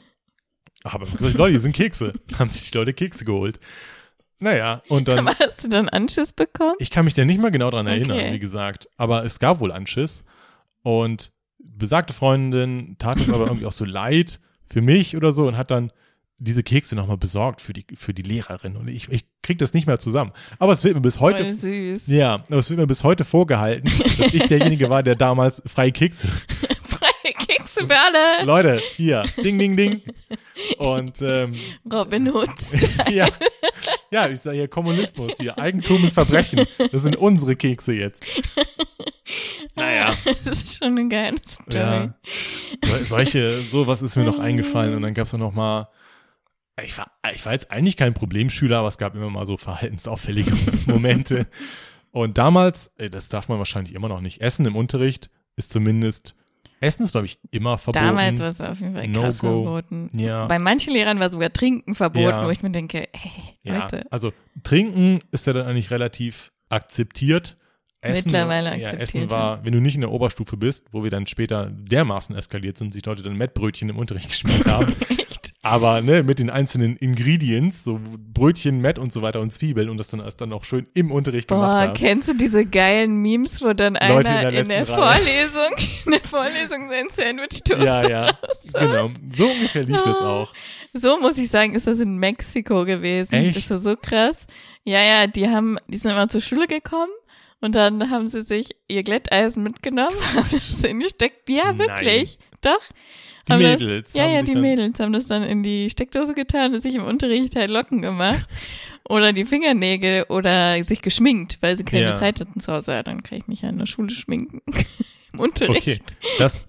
Speaker 1: habe ich gesagt, Leute, hier sind Kekse. Dann haben sich die Leute Kekse geholt. Naja, und dann,
Speaker 2: Aber hast du dann Anschiss bekommen?
Speaker 1: ich kann mich da nicht mal genau dran erinnern,
Speaker 2: Okay.
Speaker 1: wie gesagt. Aber es gab wohl Anschiss. Und besagte Freundin tat es aber irgendwie auch so leid für mich oder so und hat dann diese Kekse nochmal besorgt für die, für die Lehrerin. Und ich, ich krieg das nicht mehr zusammen. Aber es wird mir bis heute
Speaker 2: Voll süß.
Speaker 1: ja, aber es wird mir bis heute vorgehalten, dass ich derjenige war, der damals freie Kekse.
Speaker 2: Freie Kekse für alle.
Speaker 1: Leute, hier, ding, ding, ding. Und ähm,
Speaker 2: Robin Hoods.
Speaker 1: ja, ja, ich sage hier Kommunismus, hier Eigentum ist Verbrechen. Das sind unsere Kekse jetzt.
Speaker 2: Ah,
Speaker 1: Naja,
Speaker 2: Das ist schon eine geile Story.
Speaker 1: ja. So- Solche, sowas ist mir noch eingefallen. Und dann gab's auch noch mal, ich war, ich war jetzt eigentlich kein Problemschüler, aber es gab immer mal so verhaltensauffällige Momente. Und damals, äh, das darf man wahrscheinlich immer noch nicht, Essen im Unterricht ist zumindest, Essen ist, glaube ich, immer verboten.
Speaker 2: Damals war es auf jeden Fall
Speaker 1: No
Speaker 2: krass
Speaker 1: go.
Speaker 2: verboten.
Speaker 1: Ja.
Speaker 2: Bei manchen Lehrern war sogar Trinken verboten,
Speaker 1: Ja.
Speaker 2: wo ich mir denke, hey,
Speaker 1: Ja,
Speaker 2: Leute.
Speaker 1: also trinken ist ja dann eigentlich relativ akzeptiert. Essen,
Speaker 2: Mittlerweile
Speaker 1: ja,
Speaker 2: akzeptiert, ne?
Speaker 1: Essen war, wenn du nicht in der Oberstufe bist, wo wir dann später dermaßen eskaliert sind, sich Leute dann Mettbrötchen im Unterricht geschmiert haben.
Speaker 2: Echt?
Speaker 1: Aber ne, mit den einzelnen Ingredients, so Brötchen, Mett und so weiter und Zwiebeln und das dann erst dann auch schön im Unterricht gemacht
Speaker 2: Boah,
Speaker 1: haben.
Speaker 2: kennst du diese geilen Memes, wo dann
Speaker 1: Leute in
Speaker 2: einer
Speaker 1: der
Speaker 2: in der,
Speaker 1: letzten Reihe.
Speaker 2: Vorlesung, in der Vorlesung sein Sandwich toastet?
Speaker 1: Ja, ja, genau. So ungefähr lief das
Speaker 2: Ah.
Speaker 1: auch.
Speaker 2: So muss ich sagen, ist das in Mexiko gewesen.
Speaker 1: Echt?
Speaker 2: Ist das so krass? Ja, ja, die haben, die sind immer zur Schule gekommen und dann haben sie sich ihr Glätteisen mitgenommen, haben es hingesteckt. Ja,
Speaker 1: Nein.
Speaker 2: wirklich. Doch.
Speaker 1: Die
Speaker 2: Haben
Speaker 1: Mädels
Speaker 2: Das, ja,
Speaker 1: haben
Speaker 2: ja,
Speaker 1: sich
Speaker 2: die
Speaker 1: dann-
Speaker 2: Mädels haben das dann in die Steckdose getan und sich im Unterricht halt locken gemacht. oder die Fingernägel oder sich geschminkt, weil sie keine
Speaker 1: Ja.
Speaker 2: Zeit hatten zu Hause. Ja, dann kann ich mich ja in der Schule schminken. Im Unterricht.
Speaker 1: Okay, das,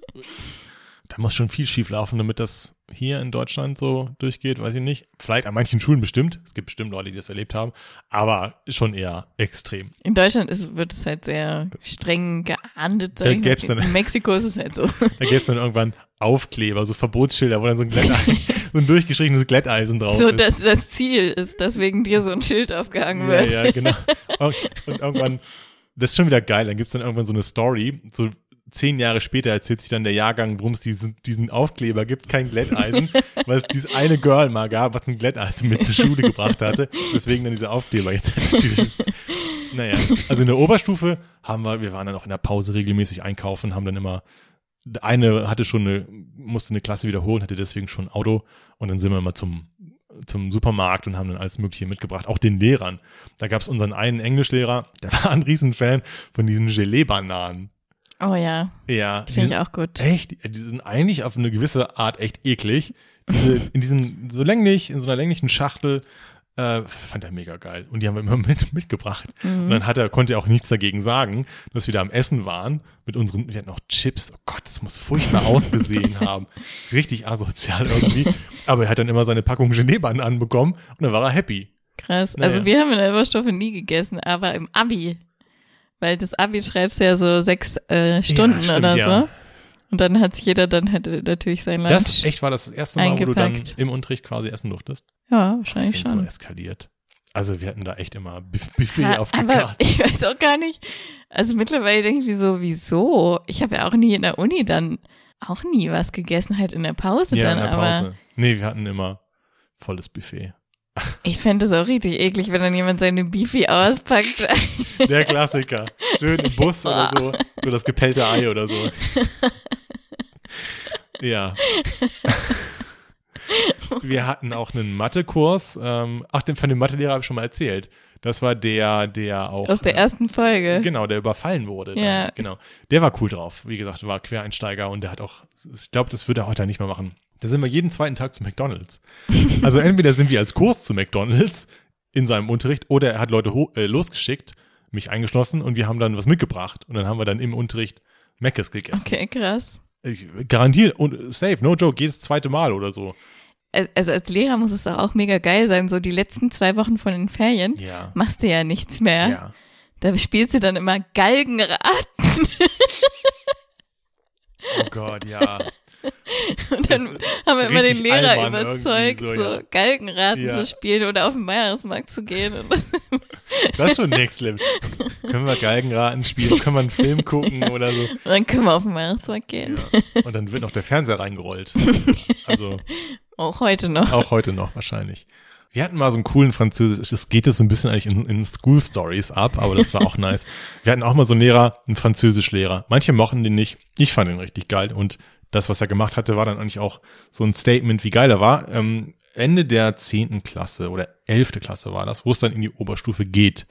Speaker 1: da muss schon viel schief laufen, damit das hier in Deutschland so durchgeht, weiß ich nicht. Vielleicht an manchen Schulen bestimmt. Es gibt bestimmt Leute, die das erlebt haben, aber schon eher extrem.
Speaker 2: In Deutschland ist, wird es halt sehr streng geahndet. sag
Speaker 1: Da
Speaker 2: ich mal.
Speaker 1: gäb's dann-
Speaker 2: In Mexiko ist es halt so.
Speaker 1: Da gäbe es dann irgendwann Aufkleber, so Verbotsschilder, wo dann so ein Glätteisen, so ein durchgestrichenes Glätteisen drauf
Speaker 2: So,
Speaker 1: ist.
Speaker 2: dass das Ziel ist, dass wegen dir so ein Schild aufgehangen
Speaker 1: ja,
Speaker 2: wird.
Speaker 1: ja, genau. Und und irgendwann, das ist schon wieder geil, dann gibt es dann irgendwann so eine Story, so zehn Jahre später erzählt sich dann der Jahrgang, worum es diesen, diesen Aufkleber gibt, kein Glätteisen, weil es dieses eine Girl mal gab, was ein Glätteisen mit zur Schule gebracht hatte, deswegen dann dieser Aufkleber jetzt natürlich ist. Naja, also in der Oberstufe haben wir, wir waren dann auch in der Pause regelmäßig einkaufen, haben dann immer eine hatte schon eine, musste eine Klasse wiederholen, hatte deswegen schon ein Auto und dann sind wir immer zum, zum Supermarkt und haben dann alles Mögliche mitgebracht, auch den Lehrern. Da gab es unseren einen Englischlehrer, der war ein Riesenfan von diesen Gelee-Bananen.
Speaker 2: Oh ja,
Speaker 1: Ja, die
Speaker 2: finde
Speaker 1: sind
Speaker 2: ich auch gut.
Speaker 1: echt, die sind eigentlich auf eine gewisse Art echt eklig. Diese, in diesen, so länglich, in so einer länglichen Schachtel, äh, fand er mega geil. Und die haben wir immer mit, mitgebracht.
Speaker 2: Mhm.
Speaker 1: Und dann hat er, konnte er auch nichts dagegen sagen, dass wir da am Essen waren mit unseren, wir hatten noch Chips. Oh Gott, das muss furchtbar ausgesehen haben. Richtig asozial irgendwie. Aber er hat dann immer seine Packung Gelee-Bananen anbekommen und dann war er happy.
Speaker 2: Krass.
Speaker 1: Naja.
Speaker 2: Also wir haben in der Oberstufe nie gegessen, aber im Abi. Weil das Abi schreibst du ja so sechs äh, Stunden
Speaker 1: stimmt,
Speaker 2: oder so.
Speaker 1: ja.
Speaker 2: Und dann hat sich jeder dann halt natürlich sein Lunch.
Speaker 1: Das echt war das erste Mal, wo du dann
Speaker 2: Eingepackt.
Speaker 1: im Unterricht quasi essen durftest. Das
Speaker 2: ja, wahrscheinlich
Speaker 1: ist dann so
Speaker 2: schon.
Speaker 1: eskaliert. Also wir hatten da echt immer Buff- Buffet
Speaker 2: Ja,
Speaker 1: auf der
Speaker 2: aber
Speaker 1: Karte.
Speaker 2: ich weiß auch gar nicht. Also mittlerweile denke ich mir so, wieso? Ich habe ja auch nie in der Uni dann auch nie was gegessen, halt in der Pause
Speaker 1: Ja,
Speaker 2: dann,
Speaker 1: in der
Speaker 2: aber.
Speaker 1: Pause. Nee, wir hatten immer volles Buffet.
Speaker 2: Ich fände es auch richtig eklig, wenn dann jemand seine Beefy auspackt.
Speaker 1: Der Klassiker. Schön im Bus oder so. So das gepellte Ei oder so. Ja. Wir hatten auch einen Mathekurs. Ähm, ach, den, von dem Mathelehrer habe ich schon mal erzählt. Das war der, der auch.
Speaker 2: Aus der
Speaker 1: äh,
Speaker 2: ersten Folge.
Speaker 1: Genau, der überfallen wurde.
Speaker 2: Ja.
Speaker 1: Dann, genau. Der war cool drauf. Wie gesagt, war Quereinsteiger und der hat auch, ich glaube, das würde er heute nicht mehr machen. Da sind wir jeden zweiten Tag zu McDonalds. Also entweder sind wir als Kurs zu McDonalds in seinem Unterricht oder er hat Leute ho- äh, losgeschickt, mich eingeschlossen und wir haben dann was mitgebracht und dann haben wir dann im Unterricht Meckes gegessen.
Speaker 2: Okay, krass.
Speaker 1: Ich, garantiert und äh, safe, no joke, jedes zweite Mal oder so.
Speaker 2: Al- Also als Lehrer muss es doch auch mega geil sein, so die letzten zwei Wochen von den Ferien.
Speaker 1: Ja.
Speaker 2: Machst du ja nichts mehr.
Speaker 1: Ja.
Speaker 2: Da spielst du dann immer Galgenrad
Speaker 1: Oh Gott, ja.
Speaker 2: und dann haben wir immer den
Speaker 1: richtig
Speaker 2: Lehrer
Speaker 1: albern
Speaker 2: überzeugt, so,
Speaker 1: irgendwie so, ja.
Speaker 2: Galgenrad
Speaker 1: Ja.
Speaker 2: zu spielen oder auf den Weihnachtsmarkt zu gehen. Und das,
Speaker 1: Das ist schon next level. Können wir Galgenraten spielen? Können wir einen Film gucken oder so?
Speaker 2: und dann können wir auf den Weihnachtsmarkt gehen.
Speaker 1: Ja. Und dann wird noch der Fernseher reingerollt. Also,
Speaker 2: Auch heute noch.
Speaker 1: Auch heute noch wahrscheinlich. Wir hatten mal so einen coolen Französisch, das geht es so ein bisschen eigentlich in, in School Stories ab, aber das war auch nice. Wir hatten auch mal so einen Lehrer, einen Französischlehrer. Manche mochten den nicht, ich fand ihn richtig geil und das, was er gemacht hatte, war dann eigentlich auch so ein Statement, wie geil er war. Ähm, Ende der zehnten Klasse oder elfte Klasse war das, wo es dann in die Oberstufe geht.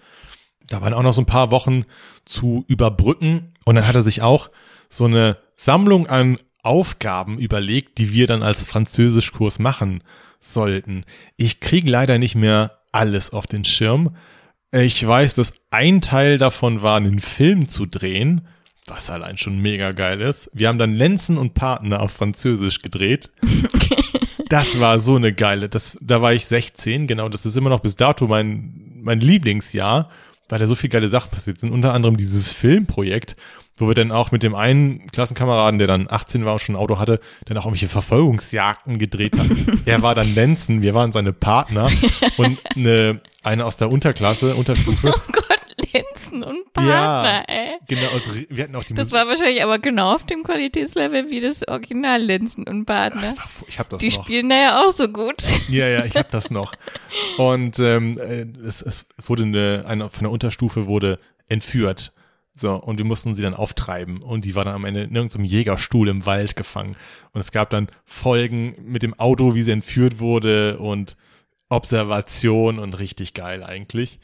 Speaker 1: Da waren auch noch so ein paar Wochen zu überbrücken und dann hat er sich auch so eine Sammlung an Aufgaben überlegt, die wir dann als Französischkurs machen sollten. Ich kriege leider nicht mehr alles auf den Schirm. Ich weiß, dass ein Teil davon war, einen Film zu drehen, was allein schon mega geil ist. Wir haben dann Lenzen und Partner auf Französisch gedreht. Das war so eine geile, das, da war ich 16, genau, das ist immer noch bis dato mein, mein Lieblingsjahr, weil da so viel geile Sachen passiert sind. Unter anderem dieses Filmprojekt, wo wir dann auch mit dem einen Klassenkameraden, der dann 18 war und schon ein Auto hatte, dann auch irgendwelche Verfolgungsjagden gedreht haben. er war dann Lenzen, wir waren seine Partner und eine, eine aus der Unterklasse, Unterstufe.
Speaker 2: Oh Gott, Lenzen und Partner, ey.
Speaker 1: Genau, also wir hatten auch die
Speaker 2: Das war wahrscheinlich aber genau auf dem Qualitätslevel wie das Original Linsen und
Speaker 1: Ach,
Speaker 2: Partner.
Speaker 1: das Ah, war, fu- ich habe das
Speaker 2: ne? Die
Speaker 1: noch.
Speaker 2: spielen da ja auch so gut.
Speaker 1: Ja, ja, ich habe das noch. Und ähm, äh, es, es wurde eine, eine von der Unterstufe wurde entführt. So, und wir mussten sie dann auftreiben. Und die war dann am Ende in irgendeinem Jägerstuhl im Wald gefangen. Und es gab dann Folgen mit dem Auto, wie sie entführt wurde und Observation und richtig geil eigentlich.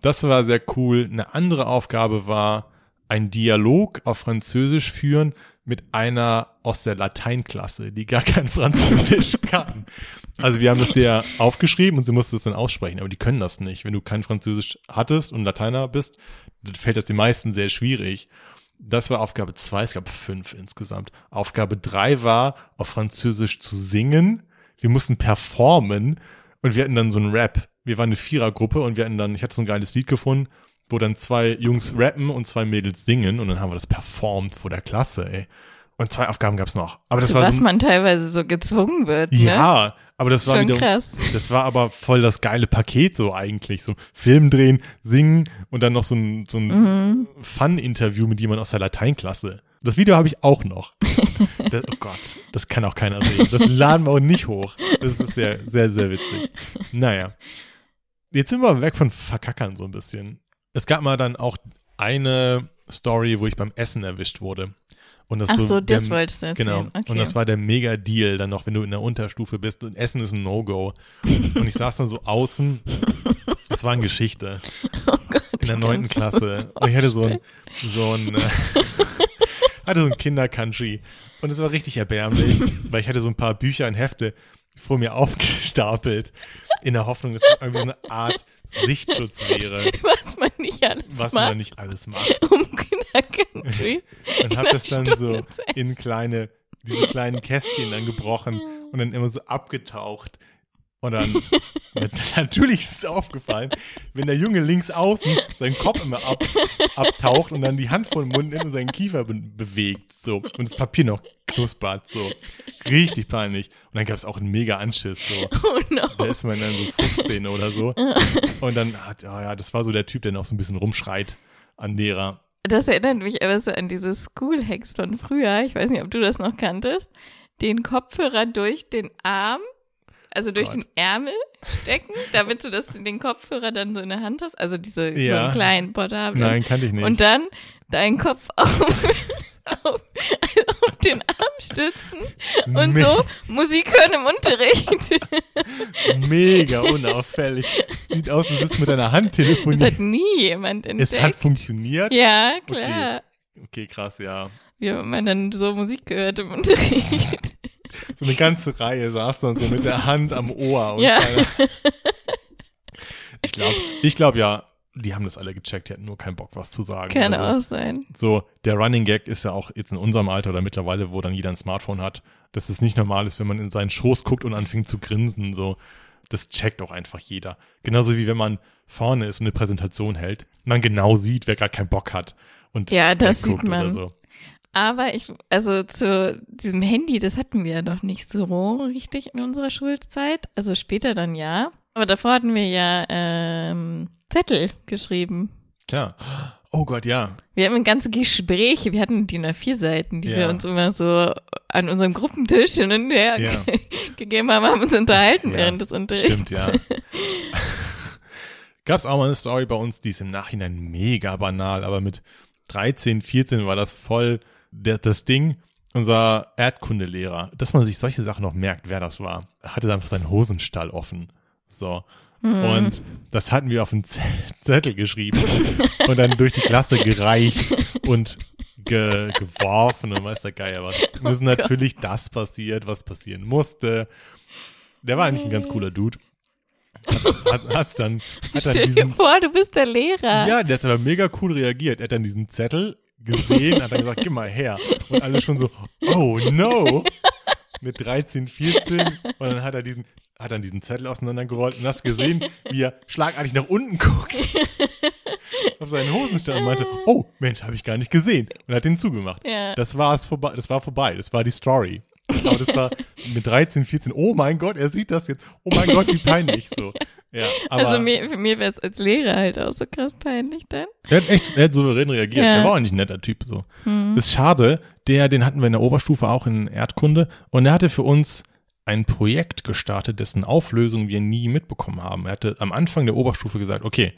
Speaker 1: Das war sehr cool. Eine andere Aufgabe war, einen Dialog auf Französisch führen mit einer aus der Lateinklasse, die gar kein Französisch kann. Also wir haben das dir aufgeschrieben und sie musste es dann aussprechen, aber die können das nicht. Wenn du kein Französisch hattest und Lateiner bist, dann fällt das den meisten sehr schwierig. Das war Aufgabe zwei. es gab fünf insgesamt. Aufgabe drei war, auf Französisch zu singen. Wir mussten performen und wir hatten dann so einen Rap. Wir waren eine Vierergruppe und wir hatten dann, ich hatte so ein geiles Lied gefunden, wo dann zwei Jungs rappen und zwei Mädels singen und dann haben wir das performt vor der Klasse, ey. Und zwei Aufgaben gab's noch. Aber das
Speaker 2: Zu
Speaker 1: war
Speaker 2: Also was
Speaker 1: so, ein-
Speaker 2: man teilweise so gezwungen wird. ne?
Speaker 1: ja, aber das war
Speaker 2: Schon
Speaker 1: wieder,
Speaker 2: krass.
Speaker 1: das war aber voll das geile Paket so eigentlich, so Film drehen, singen und dann noch so ein, so ein
Speaker 2: Mhm.
Speaker 1: Fun-Interview mit jemand aus der Lateinklasse. Das Video habe ich auch noch. Das, oh Gott, das kann auch keiner sehen. Das laden wir auch nicht hoch. Das ist sehr, sehr, sehr witzig. Naja, jetzt sind wir weg von Verkackern so ein bisschen. Es gab mal dann auch eine Story, wo ich beim Essen erwischt wurde. Und das
Speaker 2: Ach so,
Speaker 1: der-
Speaker 2: das wolltest du erzählen.
Speaker 1: Genau.
Speaker 2: Okay.
Speaker 1: Und das war der Mega-Deal dann noch, wenn du in der Unterstufe bist. Und Essen ist ein No-Go. Und ich saß dann so außen. Das war eine Geschichte. in der neunten Klasse. Und ich hatte so ein, so ein, äh, hatte so ein Kinder-Country. Und es war richtig erbärmlich, weil ich hatte so ein paar Bücher und Hefte vor mir aufgestapelt. In der Hoffnung, dass es irgendwie so eine Art Sichtschutz wäre,
Speaker 2: was man nicht alles
Speaker 1: was man da
Speaker 2: macht,
Speaker 1: nicht alles macht.
Speaker 2: um Kinder Country.
Speaker 1: und hab das dann so
Speaker 2: Stunde zu essen.
Speaker 1: in kleine, diese kleinen Kästchen dann gebrochen und dann immer so abgetaucht. Und dann, nat- natürlich ist es aufgefallen, wenn der Junge links außen seinen Kopf immer ab, abtaucht und dann die Hand vor den Mund nimmt und seinen Kiefer be bewegt, so. Und das Papier noch knuspert, so. Richtig peinlich. Und dann gab es auch einen mega Anschiss, so.
Speaker 2: Oh no.
Speaker 1: Da ist man dann so 15 oder so. Und dann hat, oh ja, das war so der Typ, der noch so ein bisschen rumschreit an derer.
Speaker 2: Das erinnert mich aber so an diese School-Hacks von früher. Ich weiß nicht, ob du das noch kanntest. Den Kopfhörer durch den Arm, also durch
Speaker 1: Gott.
Speaker 2: den Ärmel stecken, damit du das, den Kopfhörer dann so in der Hand hast. Also diese so
Speaker 1: Ja.
Speaker 2: einen kleinen Portabel.
Speaker 1: Nein, kannte ich nicht.
Speaker 2: Und dann deinen Kopf auf, auf, auf den Arm stützen und so Musik hören im Unterricht.
Speaker 1: Mega unauffällig. Sieht aus, als würdest du mit deiner Hand
Speaker 2: Das hat
Speaker 1: telefonieren.
Speaker 2: nie jemand entdeckt.
Speaker 1: Es hat funktioniert.
Speaker 2: ja, klar.
Speaker 1: Okay, krass, ja.
Speaker 2: Wie hat man dann so Musik gehört im Unterricht?
Speaker 1: So eine ganze Reihe saß dann so mit der Hand am Ohr. Und
Speaker 2: Ja.
Speaker 1: keiner- Ich glaube, ich glaub, ja, die haben das alle gecheckt, die hatten nur keinen Bock, was zu sagen.
Speaker 2: Kann
Speaker 1: Also,
Speaker 2: auch sein.
Speaker 1: So, der Running Gag ist ja auch jetzt in unserem Alter oder mittlerweile, wo dann jeder ein Smartphone hat, dass es nicht normal ist, wenn man in seinen Schoß guckt und anfängt zu grinsen. So, das checkt auch einfach jeder. Genauso wie wenn man vorne ist und eine Präsentation hält, man genau sieht, wer gerade keinen Bock hat. Und
Speaker 2: Ja, das
Speaker 1: wegguckt
Speaker 2: sieht man.
Speaker 1: Oder so.
Speaker 2: Aber ich, also zu diesem Handy, das hatten wir ja noch nicht so richtig in unserer Schulzeit. Also später dann ja. Aber davor hatten wir ja ähm, Zettel geschrieben.
Speaker 1: Klar. Oh Gott, ja.
Speaker 2: Wir hatten ganze Gespräche, wir hatten die nach vier Seiten, die
Speaker 1: Ja.
Speaker 2: wir uns immer so an unserem Gruppentisch hin und her
Speaker 1: Ja.
Speaker 2: ge gegeben haben, haben uns unterhalten
Speaker 1: Ja,
Speaker 2: während des Unterrichts.
Speaker 1: Stimmt, ja. Gab's auch mal eine Story bei uns, die ist im Nachhinein mega banal, aber mit 13, 14 war das voll der, das Ding. Unser Erdkundelehrer, dass man sich solche Sachen noch merkt, wer das war, hatte einfach seinen Hosenstall offen. So.
Speaker 2: Mhm.
Speaker 1: Und das hatten wir auf einen Z- Zettel geschrieben und dann durch die Klasse gereicht und ge geworfen und weiß der Geier was. Und
Speaker 2: Oh
Speaker 1: es ist natürlich das passiert, was passieren musste. Der war eigentlich ein ganz cooler Dude. Hat's, hat, hat's dann, hat dann
Speaker 2: Stell dir
Speaker 1: diesen,
Speaker 2: vor, du bist der Lehrer.
Speaker 1: ja, der hat aber mega cool reagiert. Er hat dann diesen Zettel gesehen, hat dann gesagt, gib mal her. Und alle schon so, oh no. Mit 13, 14. Und dann hat er diesen, hat dann diesen Zettel auseinandergerollt und hast gesehen, wie er schlagartig nach unten guckt. Auf seinen Hosenstand und meinte, oh Mensch, habe ich gar nicht gesehen. Und hat den zugemacht.
Speaker 2: Ja.
Speaker 1: Das war es vorbei, das war vorbei. Das war die Story. Aber das war mit 13, 14, oh mein Gott, er sieht das jetzt. Oh mein Gott, wie peinlich. So. Ja, aber
Speaker 2: also mir, für mir wäre es als Lehrer halt auch so krass peinlich dann.
Speaker 1: er hat echt er hat souverän reagiert.
Speaker 2: Ja.
Speaker 1: Er war auch nicht ein netter Typ. So. Ist schade. Der, den hatten wir in der Oberstufe auch in Erdkunde. Und er hatte für uns ein Projekt gestartet, dessen Auflösung wir nie mitbekommen haben. Er hatte am Anfang der Oberstufe gesagt, okay,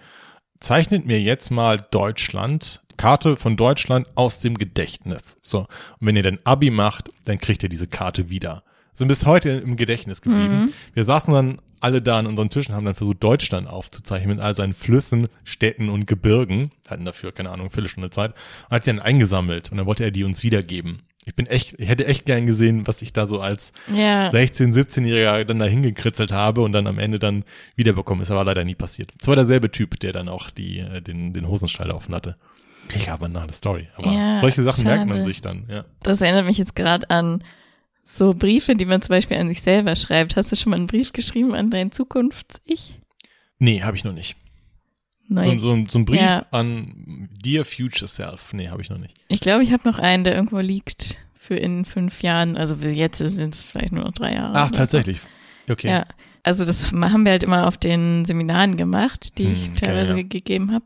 Speaker 1: zeichnet mir jetzt mal Deutschland, Karte von Deutschland aus dem Gedächtnis. So. Und wenn ihr dann Abi macht, dann kriegt ihr diese Karte wieder. Sind bis heute im Gedächtnis geblieben. Wir saßen dann alle da an unseren Tischen, haben dann versucht, Deutschland aufzuzeichnen mit all seinen Flüssen, Städten und Gebirgen. Hatten dafür, keine Ahnung, eine Viertelstunde Zeit. Und hat die dann eingesammelt. Und dann wollte er die uns wiedergeben. Ich bin echt, ich hätte echt gern gesehen, was ich da so als
Speaker 2: Ja.
Speaker 1: 16, 17-Jähriger dann da hingekritzelt habe und dann am Ende dann wiederbekommen ist. Aber leider nie passiert. Es war derselbe Typ, der dann auch die, äh, den, den Hosenstall offen hatte. Ich habe eine andere Story. Aber
Speaker 2: Ja,
Speaker 1: solche Sachen merkt man
Speaker 2: schade.
Speaker 1: sich dann, ja.
Speaker 2: Das erinnert mich jetzt gerade an so Briefe, die man zum Beispiel an sich selber schreibt. Hast du schon mal einen Brief geschrieben an dein Zukunfts-Ich?
Speaker 1: Nee, habe ich noch nicht. So,
Speaker 2: Nein.
Speaker 1: ein- so, ein- so ein Brief
Speaker 2: Ja.
Speaker 1: an Dear Future Self. Nee, habe ich noch nicht.
Speaker 2: Ich glaube, ich habe noch einen, der irgendwo liegt für in fünf Jahren. Also jetzt sind es vielleicht nur noch drei Jahre.
Speaker 1: Ach,
Speaker 2: oder so.
Speaker 1: tatsächlich. Okay.
Speaker 2: Oh, Ja. Also das haben wir halt immer auf den Seminaren gemacht, die
Speaker 1: Hm,
Speaker 2: ich
Speaker 1: okay,
Speaker 2: teilweise
Speaker 1: ja.
Speaker 2: ge- gegeben habe.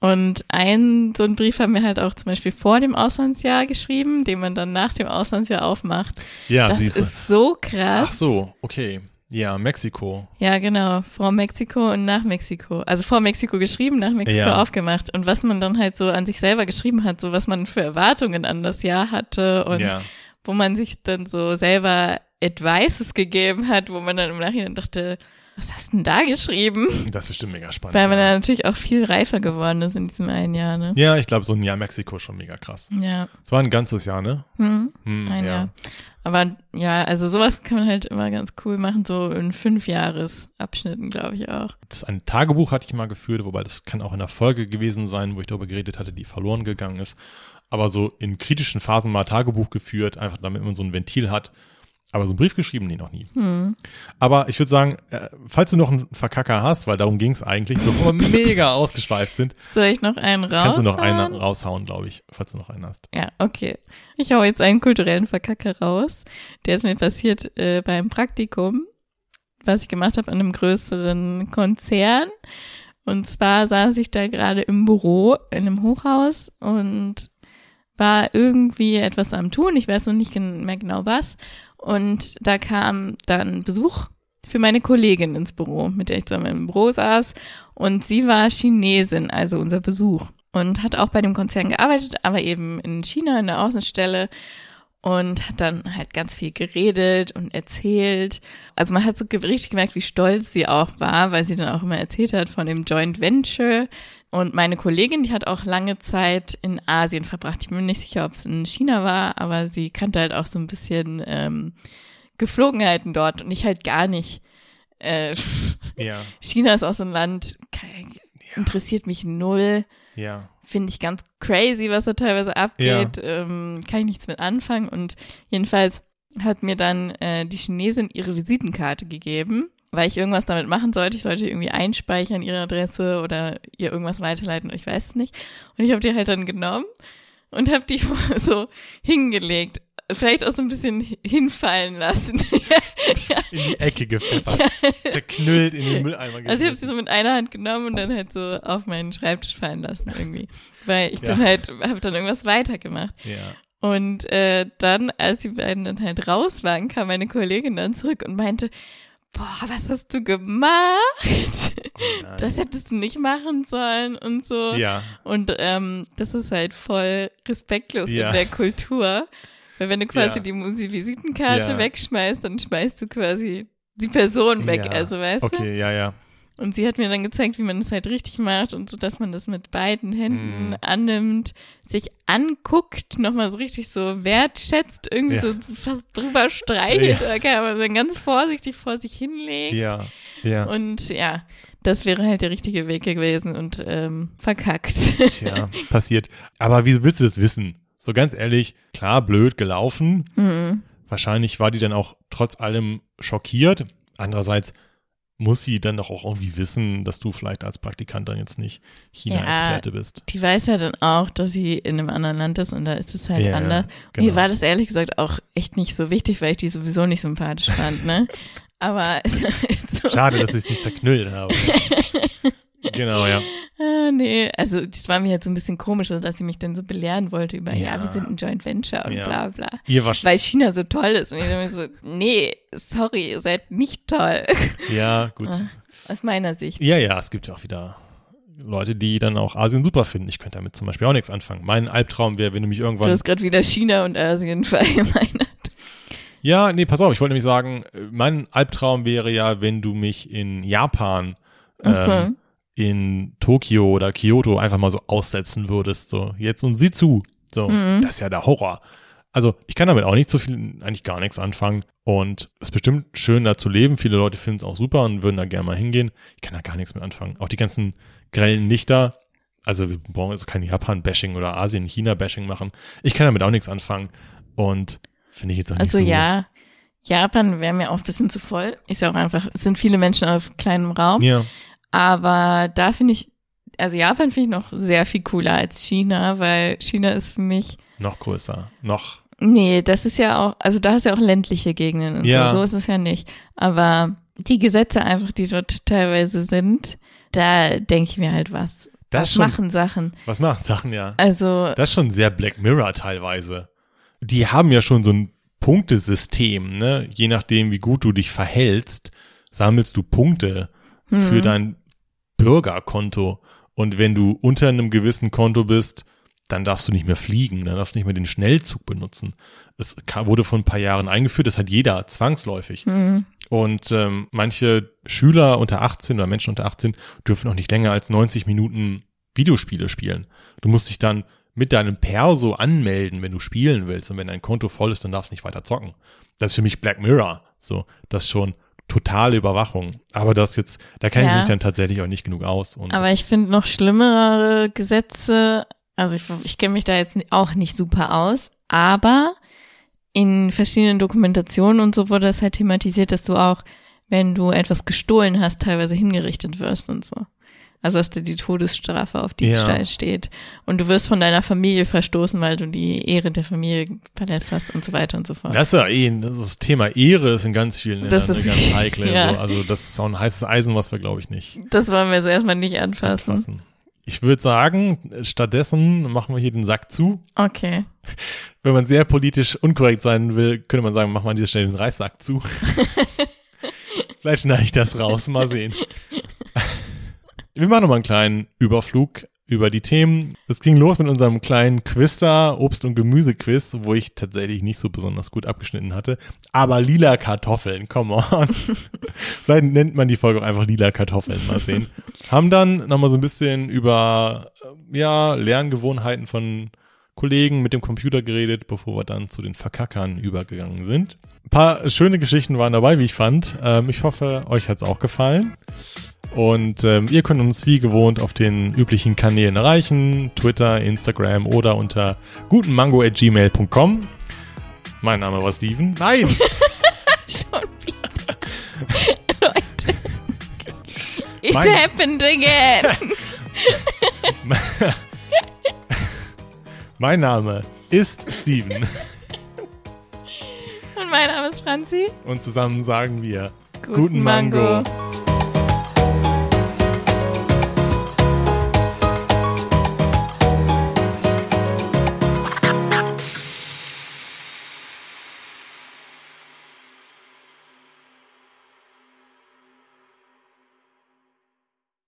Speaker 2: Und einen, so einen Brief haben wir halt auch zum Beispiel vor dem Auslandsjahr geschrieben, den man dann nach dem Auslandsjahr aufmacht.
Speaker 1: Ja,
Speaker 2: das
Speaker 1: siehst du.
Speaker 2: ist so krass.
Speaker 1: Ach so, okay. Ja, Mexiko.
Speaker 2: Ja, genau. Vor Mexiko und nach Mexiko. Also vor Mexiko geschrieben, nach Mexiko
Speaker 1: Ja.
Speaker 2: aufgemacht. Und was man dann halt so an sich selber geschrieben hat, so was man für Erwartungen an das Jahr hatte und
Speaker 1: ja.
Speaker 2: wo man sich dann so selber Advices gegeben hat, wo man dann im Nachhinein dachte, was hast denn da geschrieben?
Speaker 1: Das ist bestimmt mega spannend.
Speaker 2: Weil man
Speaker 1: ja.
Speaker 2: dann natürlich auch viel reifer geworden ist in diesem einen Jahr, ne?
Speaker 1: ja, ich glaube, so ein Jahr Mexiko ist schon mega krass.
Speaker 2: Ja.
Speaker 1: Es war ein ganzes Jahr, ne?
Speaker 2: Hm.
Speaker 1: Hm,
Speaker 2: Ein
Speaker 1: ja.
Speaker 2: Jahr. Aber ja, also sowas kann man halt immer ganz cool machen, so in fünf Jahresabschnitten, glaube ich auch.
Speaker 1: Das ein Tagebuch hatte ich mal geführt, wobei das kann auch in der Folge gewesen sein, wo ich darüber geredet hatte, die verloren gegangen ist. Aber so in kritischen Phasen mal Tagebuch geführt, einfach damit man so ein Ventil hat. Aber so einen Brief geschrieben, nee, noch nie.
Speaker 2: Hm.
Speaker 1: Aber ich würde sagen, äh, falls du noch einen Verkacker hast, weil darum ging es eigentlich, bevor wir mega ausgeschweift sind,
Speaker 2: Soll ich noch einen raus?
Speaker 1: kannst du noch einen raushauen, glaube ich, falls du noch einen hast.
Speaker 2: Ja, okay. Ich hau jetzt einen kulturellen Verkacker raus. Der ist mir passiert äh, beim Praktikum, was ich gemacht habe an einem größeren Konzern. Und zwar saß ich da gerade im Büro in einem Hochhaus und war irgendwie etwas am Tun. Ich weiß noch nicht gen- mehr genau was. Und da kam dann Besuch für meine Kollegin ins Büro, mit der ich zusammen im Büro saß. Und sie war Chinesin, also unser Besuch. Und hat auch bei dem Konzern gearbeitet, aber eben in China in der Außenstelle. Und hat dann halt ganz viel geredet und erzählt. Also man hat so ge- richtig gemerkt, wie stolz sie auch war, weil sie dann auch immer erzählt hat von dem Joint Venture. Und meine Kollegin, die hat auch lange Zeit in Asien verbracht. Ich bin mir nicht sicher, ob es in China war, aber sie kannte halt auch so ein bisschen ähm, Geflogenheiten dort und ich halt gar nicht. Äh,
Speaker 1: Ja,
Speaker 2: China ist auch so ein Land, ke- interessiert mich null,
Speaker 1: ja.
Speaker 2: finde ich ganz crazy, was da teilweise abgeht, ähm, kann ich nichts mit anfangen und jedenfalls hat mir dann äh, die Chinesin ihre Visitenkarte gegeben, weil ich irgendwas damit machen sollte. Ich sollte irgendwie einspeichern ihre Adresse oder ihr irgendwas weiterleiten, ich weiß es nicht. Und ich habe die halt dann genommen und habe die so hingelegt vielleicht auch so ein bisschen hinfallen lassen.
Speaker 1: In die Ecke gepfeffert. Zerknüllt in den Mülleimer
Speaker 2: also ich habe sie so mit einer Hand genommen und dann halt so auf meinen Schreibtisch fallen lassen irgendwie. Weil ich dann
Speaker 1: Ja.
Speaker 2: halt, habe dann irgendwas weitergemacht.
Speaker 1: Ja.
Speaker 2: Und äh, dann, als die beiden dann halt raus waren, kam meine Kollegin dann zurück und meinte, boah, was hast du gemacht?
Speaker 1: Nein.
Speaker 2: Das hättest du nicht machen sollen und so.
Speaker 1: ja.
Speaker 2: Und ähm, das ist halt voll respektlos
Speaker 1: Ja.
Speaker 2: in der Kultur. Weil wenn du quasi
Speaker 1: Ja.
Speaker 2: die Musi Visitenkarte
Speaker 1: Ja.
Speaker 2: wegschmeißt, dann schmeißt du quasi die Person weg,
Speaker 1: Ja.
Speaker 2: also weißt du?
Speaker 1: Okay, ja, ja.
Speaker 2: Und sie hat mir dann gezeigt, wie man das halt richtig macht und so, dass man das mit beiden Händen
Speaker 1: Mhm.
Speaker 2: annimmt, sich anguckt, nochmal so richtig so wertschätzt, irgendwie
Speaker 1: Ja.
Speaker 2: so fast drüber streichelt, oder keine Ahnung, dann ganz vorsichtig vor sich hinlegt.
Speaker 1: Ja. Ja.
Speaker 2: Und ja, das wäre halt der richtige Weg gewesen und ähm, verkackt.
Speaker 1: Tja, passiert. Aber wie willst du das wissen? So ganz ehrlich, klar, blöd gelaufen.
Speaker 2: Mhm.
Speaker 1: Wahrscheinlich war die dann auch trotz allem schockiert. Andererseits muss sie dann doch auch irgendwie wissen, dass du vielleicht als Praktikant dann jetzt nicht China-Experte bist.
Speaker 2: Die weiß ja dann auch, dass sie in einem anderen Land ist und da ist es halt
Speaker 1: Ja,
Speaker 2: anders.
Speaker 1: genau.
Speaker 2: Mir war das ehrlich gesagt auch echt nicht so wichtig, weil ich die sowieso nicht sympathisch fand, ne? Aber halt so,
Speaker 1: Schade, dass ich es nicht zerknüllt habe. genau, ja.
Speaker 2: äh, nee, also das war mir halt so ein bisschen komisch, so dass sie mich dann so belehren wollte über, ja,
Speaker 1: Ja.
Speaker 2: wir sind ein Joint Venture und
Speaker 1: Ja.
Speaker 2: bla bla.
Speaker 1: Ihr war
Speaker 2: Weil China so toll ist. Und ich dachte mir so, nee, sorry, ihr seid nicht toll.
Speaker 1: Ja, gut.
Speaker 2: Ah. Aus meiner Sicht.
Speaker 1: Ja, ja, es gibt ja auch wieder Leute, die dann auch Asien super finden. Ich könnte damit zum Beispiel auch nichts anfangen. Mein Albtraum wäre, wenn du mich
Speaker 2: Du
Speaker 1: irgendwann.
Speaker 2: hast gerade wieder China und Asien verallgemeinert.
Speaker 1: Ja, nee, pass auf, ich wollte nämlich sagen, äh, mein Albtraum wäre ja, wenn du mich in Japan,
Speaker 2: Ach so.
Speaker 1: ähm, in Tokio oder Kyoto einfach mal so aussetzen würdest. So, jetzt und sieh zu. So,
Speaker 2: Mhm.
Speaker 1: das ist ja der Horror. Also, ich kann damit auch nicht so viel, eigentlich gar nichts anfangen. Und es ist bestimmt schön, da zu leben. Viele Leute finden es auch super und würden da gerne mal hingehen. Ich kann da gar nichts mit anfangen. Auch die ganzen grellen Lichter. Also, wir brauchen jetzt kein Japan-Bashing oder Asien-China-Bashing machen. Ich kann damit auch nichts anfangen. Und finde ich jetzt auch nicht
Speaker 2: Also
Speaker 1: so.
Speaker 2: ja, Japan wäre mir auch ein bisschen zu voll. Ist ja auch einfach, es sind viele Menschen auf kleinem Raum.
Speaker 1: Ja,
Speaker 2: Aber da finde ich, also Japan finde ich noch sehr viel cooler als China, weil China ist für mich,
Speaker 1: noch größer. Noch.
Speaker 2: nee, das ist ja auch, also da hast du ja auch ländliche Gegenden und
Speaker 1: Ja.
Speaker 2: so, so ist es ja nicht. Aber die Gesetze einfach, die dort teilweise sind, da denke ich mir halt was.
Speaker 1: Das
Speaker 2: was
Speaker 1: schon.
Speaker 2: machen Sachen.
Speaker 1: Was machen Sachen, ja?
Speaker 2: Also
Speaker 1: Das ist schon sehr Black Mirror teilweise. Die haben ja schon so ein Punktesystem, ne? Je nachdem, wie gut du dich verhältst, sammelst du Punkte
Speaker 2: hm.
Speaker 1: für dein Bürgerkonto. Und wenn du unter einem gewissen Konto bist, dann darfst du nicht mehr fliegen, dann darfst du nicht mehr den Schnellzug benutzen. Das ka- wurde vor ein paar Jahren eingeführt, das hat jeder zwangsläufig.
Speaker 2: hm,
Speaker 1: Und ähm, manche Schüler unter 18 oder Menschen unter 18 dürfen auch nicht länger als 90 Minuten Videospiele spielen. Du musst dich dann mit deinem Perso anmelden, wenn du spielen willst. Und wenn dein Konto voll ist, dann darfst du nicht weiter zocken. Das ist für mich Black Mirror. So, das ist schon totale Überwachung. Aber das jetzt, da kann ich
Speaker 2: Ja.
Speaker 1: mich dann tatsächlich auch nicht genug aus. Und
Speaker 2: Aber
Speaker 1: das,
Speaker 2: ich finde noch schlimmere Gesetze, also ich, ich kenne mich da jetzt ni- auch nicht super aus, aber in verschiedenen Dokumentationen und so wurde das halt thematisiert, dass du auch, wenn du etwas gestohlen hast, teilweise hingerichtet wirst und so. Also dass dir die Todesstrafe auf Diebstahl steht. Und du wirst von deiner Familie verstoßen, weil du die Ehre der Familie verletzt hast und so weiter und so fort.
Speaker 1: das ist ja eh, das, ist das Thema Ehre ist in ganz vielen Ländern
Speaker 2: Das
Speaker 1: eine
Speaker 2: ist-
Speaker 1: ganz heikle.
Speaker 2: ja.
Speaker 1: so. Also das ist auch ein heißes Eisen, was wir, glaube ich, nicht
Speaker 2: Das wollen wir jetzt erstmal nicht anfassen.
Speaker 1: anfassen. Ich würde sagen, stattdessen machen wir hier den Sack zu.
Speaker 2: Okay.
Speaker 1: Wenn man sehr politisch unkorrekt sein will, könnte man sagen, mach mal an dieser Stelle den Reissack zu. Vielleicht schneide ich das raus, mal sehen. Wir machen nochmal einen kleinen Überflug über die Themen. Es ging los mit unserem kleinen Quiz da, Obst- und Gemüsequiz, wo ich tatsächlich nicht so besonders gut abgeschnitten hatte. Aber lila Kartoffeln, come on. Vielleicht nennt man die Folge auch einfach lila Kartoffeln, mal sehen. Haben dann nochmal so ein bisschen über, äh, ja, Lerngewohnheiten von Kollegen mit dem Computer geredet, bevor wir dann zu den Verkackern übergegangen sind. Ein paar schöne Geschichten waren dabei, wie ich fand. Ähm, ich hoffe, euch hat's auch gefallen. Und ähm, ihr könnt uns wie gewohnt auf den üblichen Kanälen erreichen: Twitter, Instagram oder unter gutenmango.gmail.com. Mein Name war Steven. Nein!
Speaker 2: Schon wieder. Leute. It
Speaker 1: Mein-
Speaker 2: happened again.
Speaker 1: mein Name ist Steven. Franzi.
Speaker 2: Und zusammen sagen wir
Speaker 1: Guten Mango.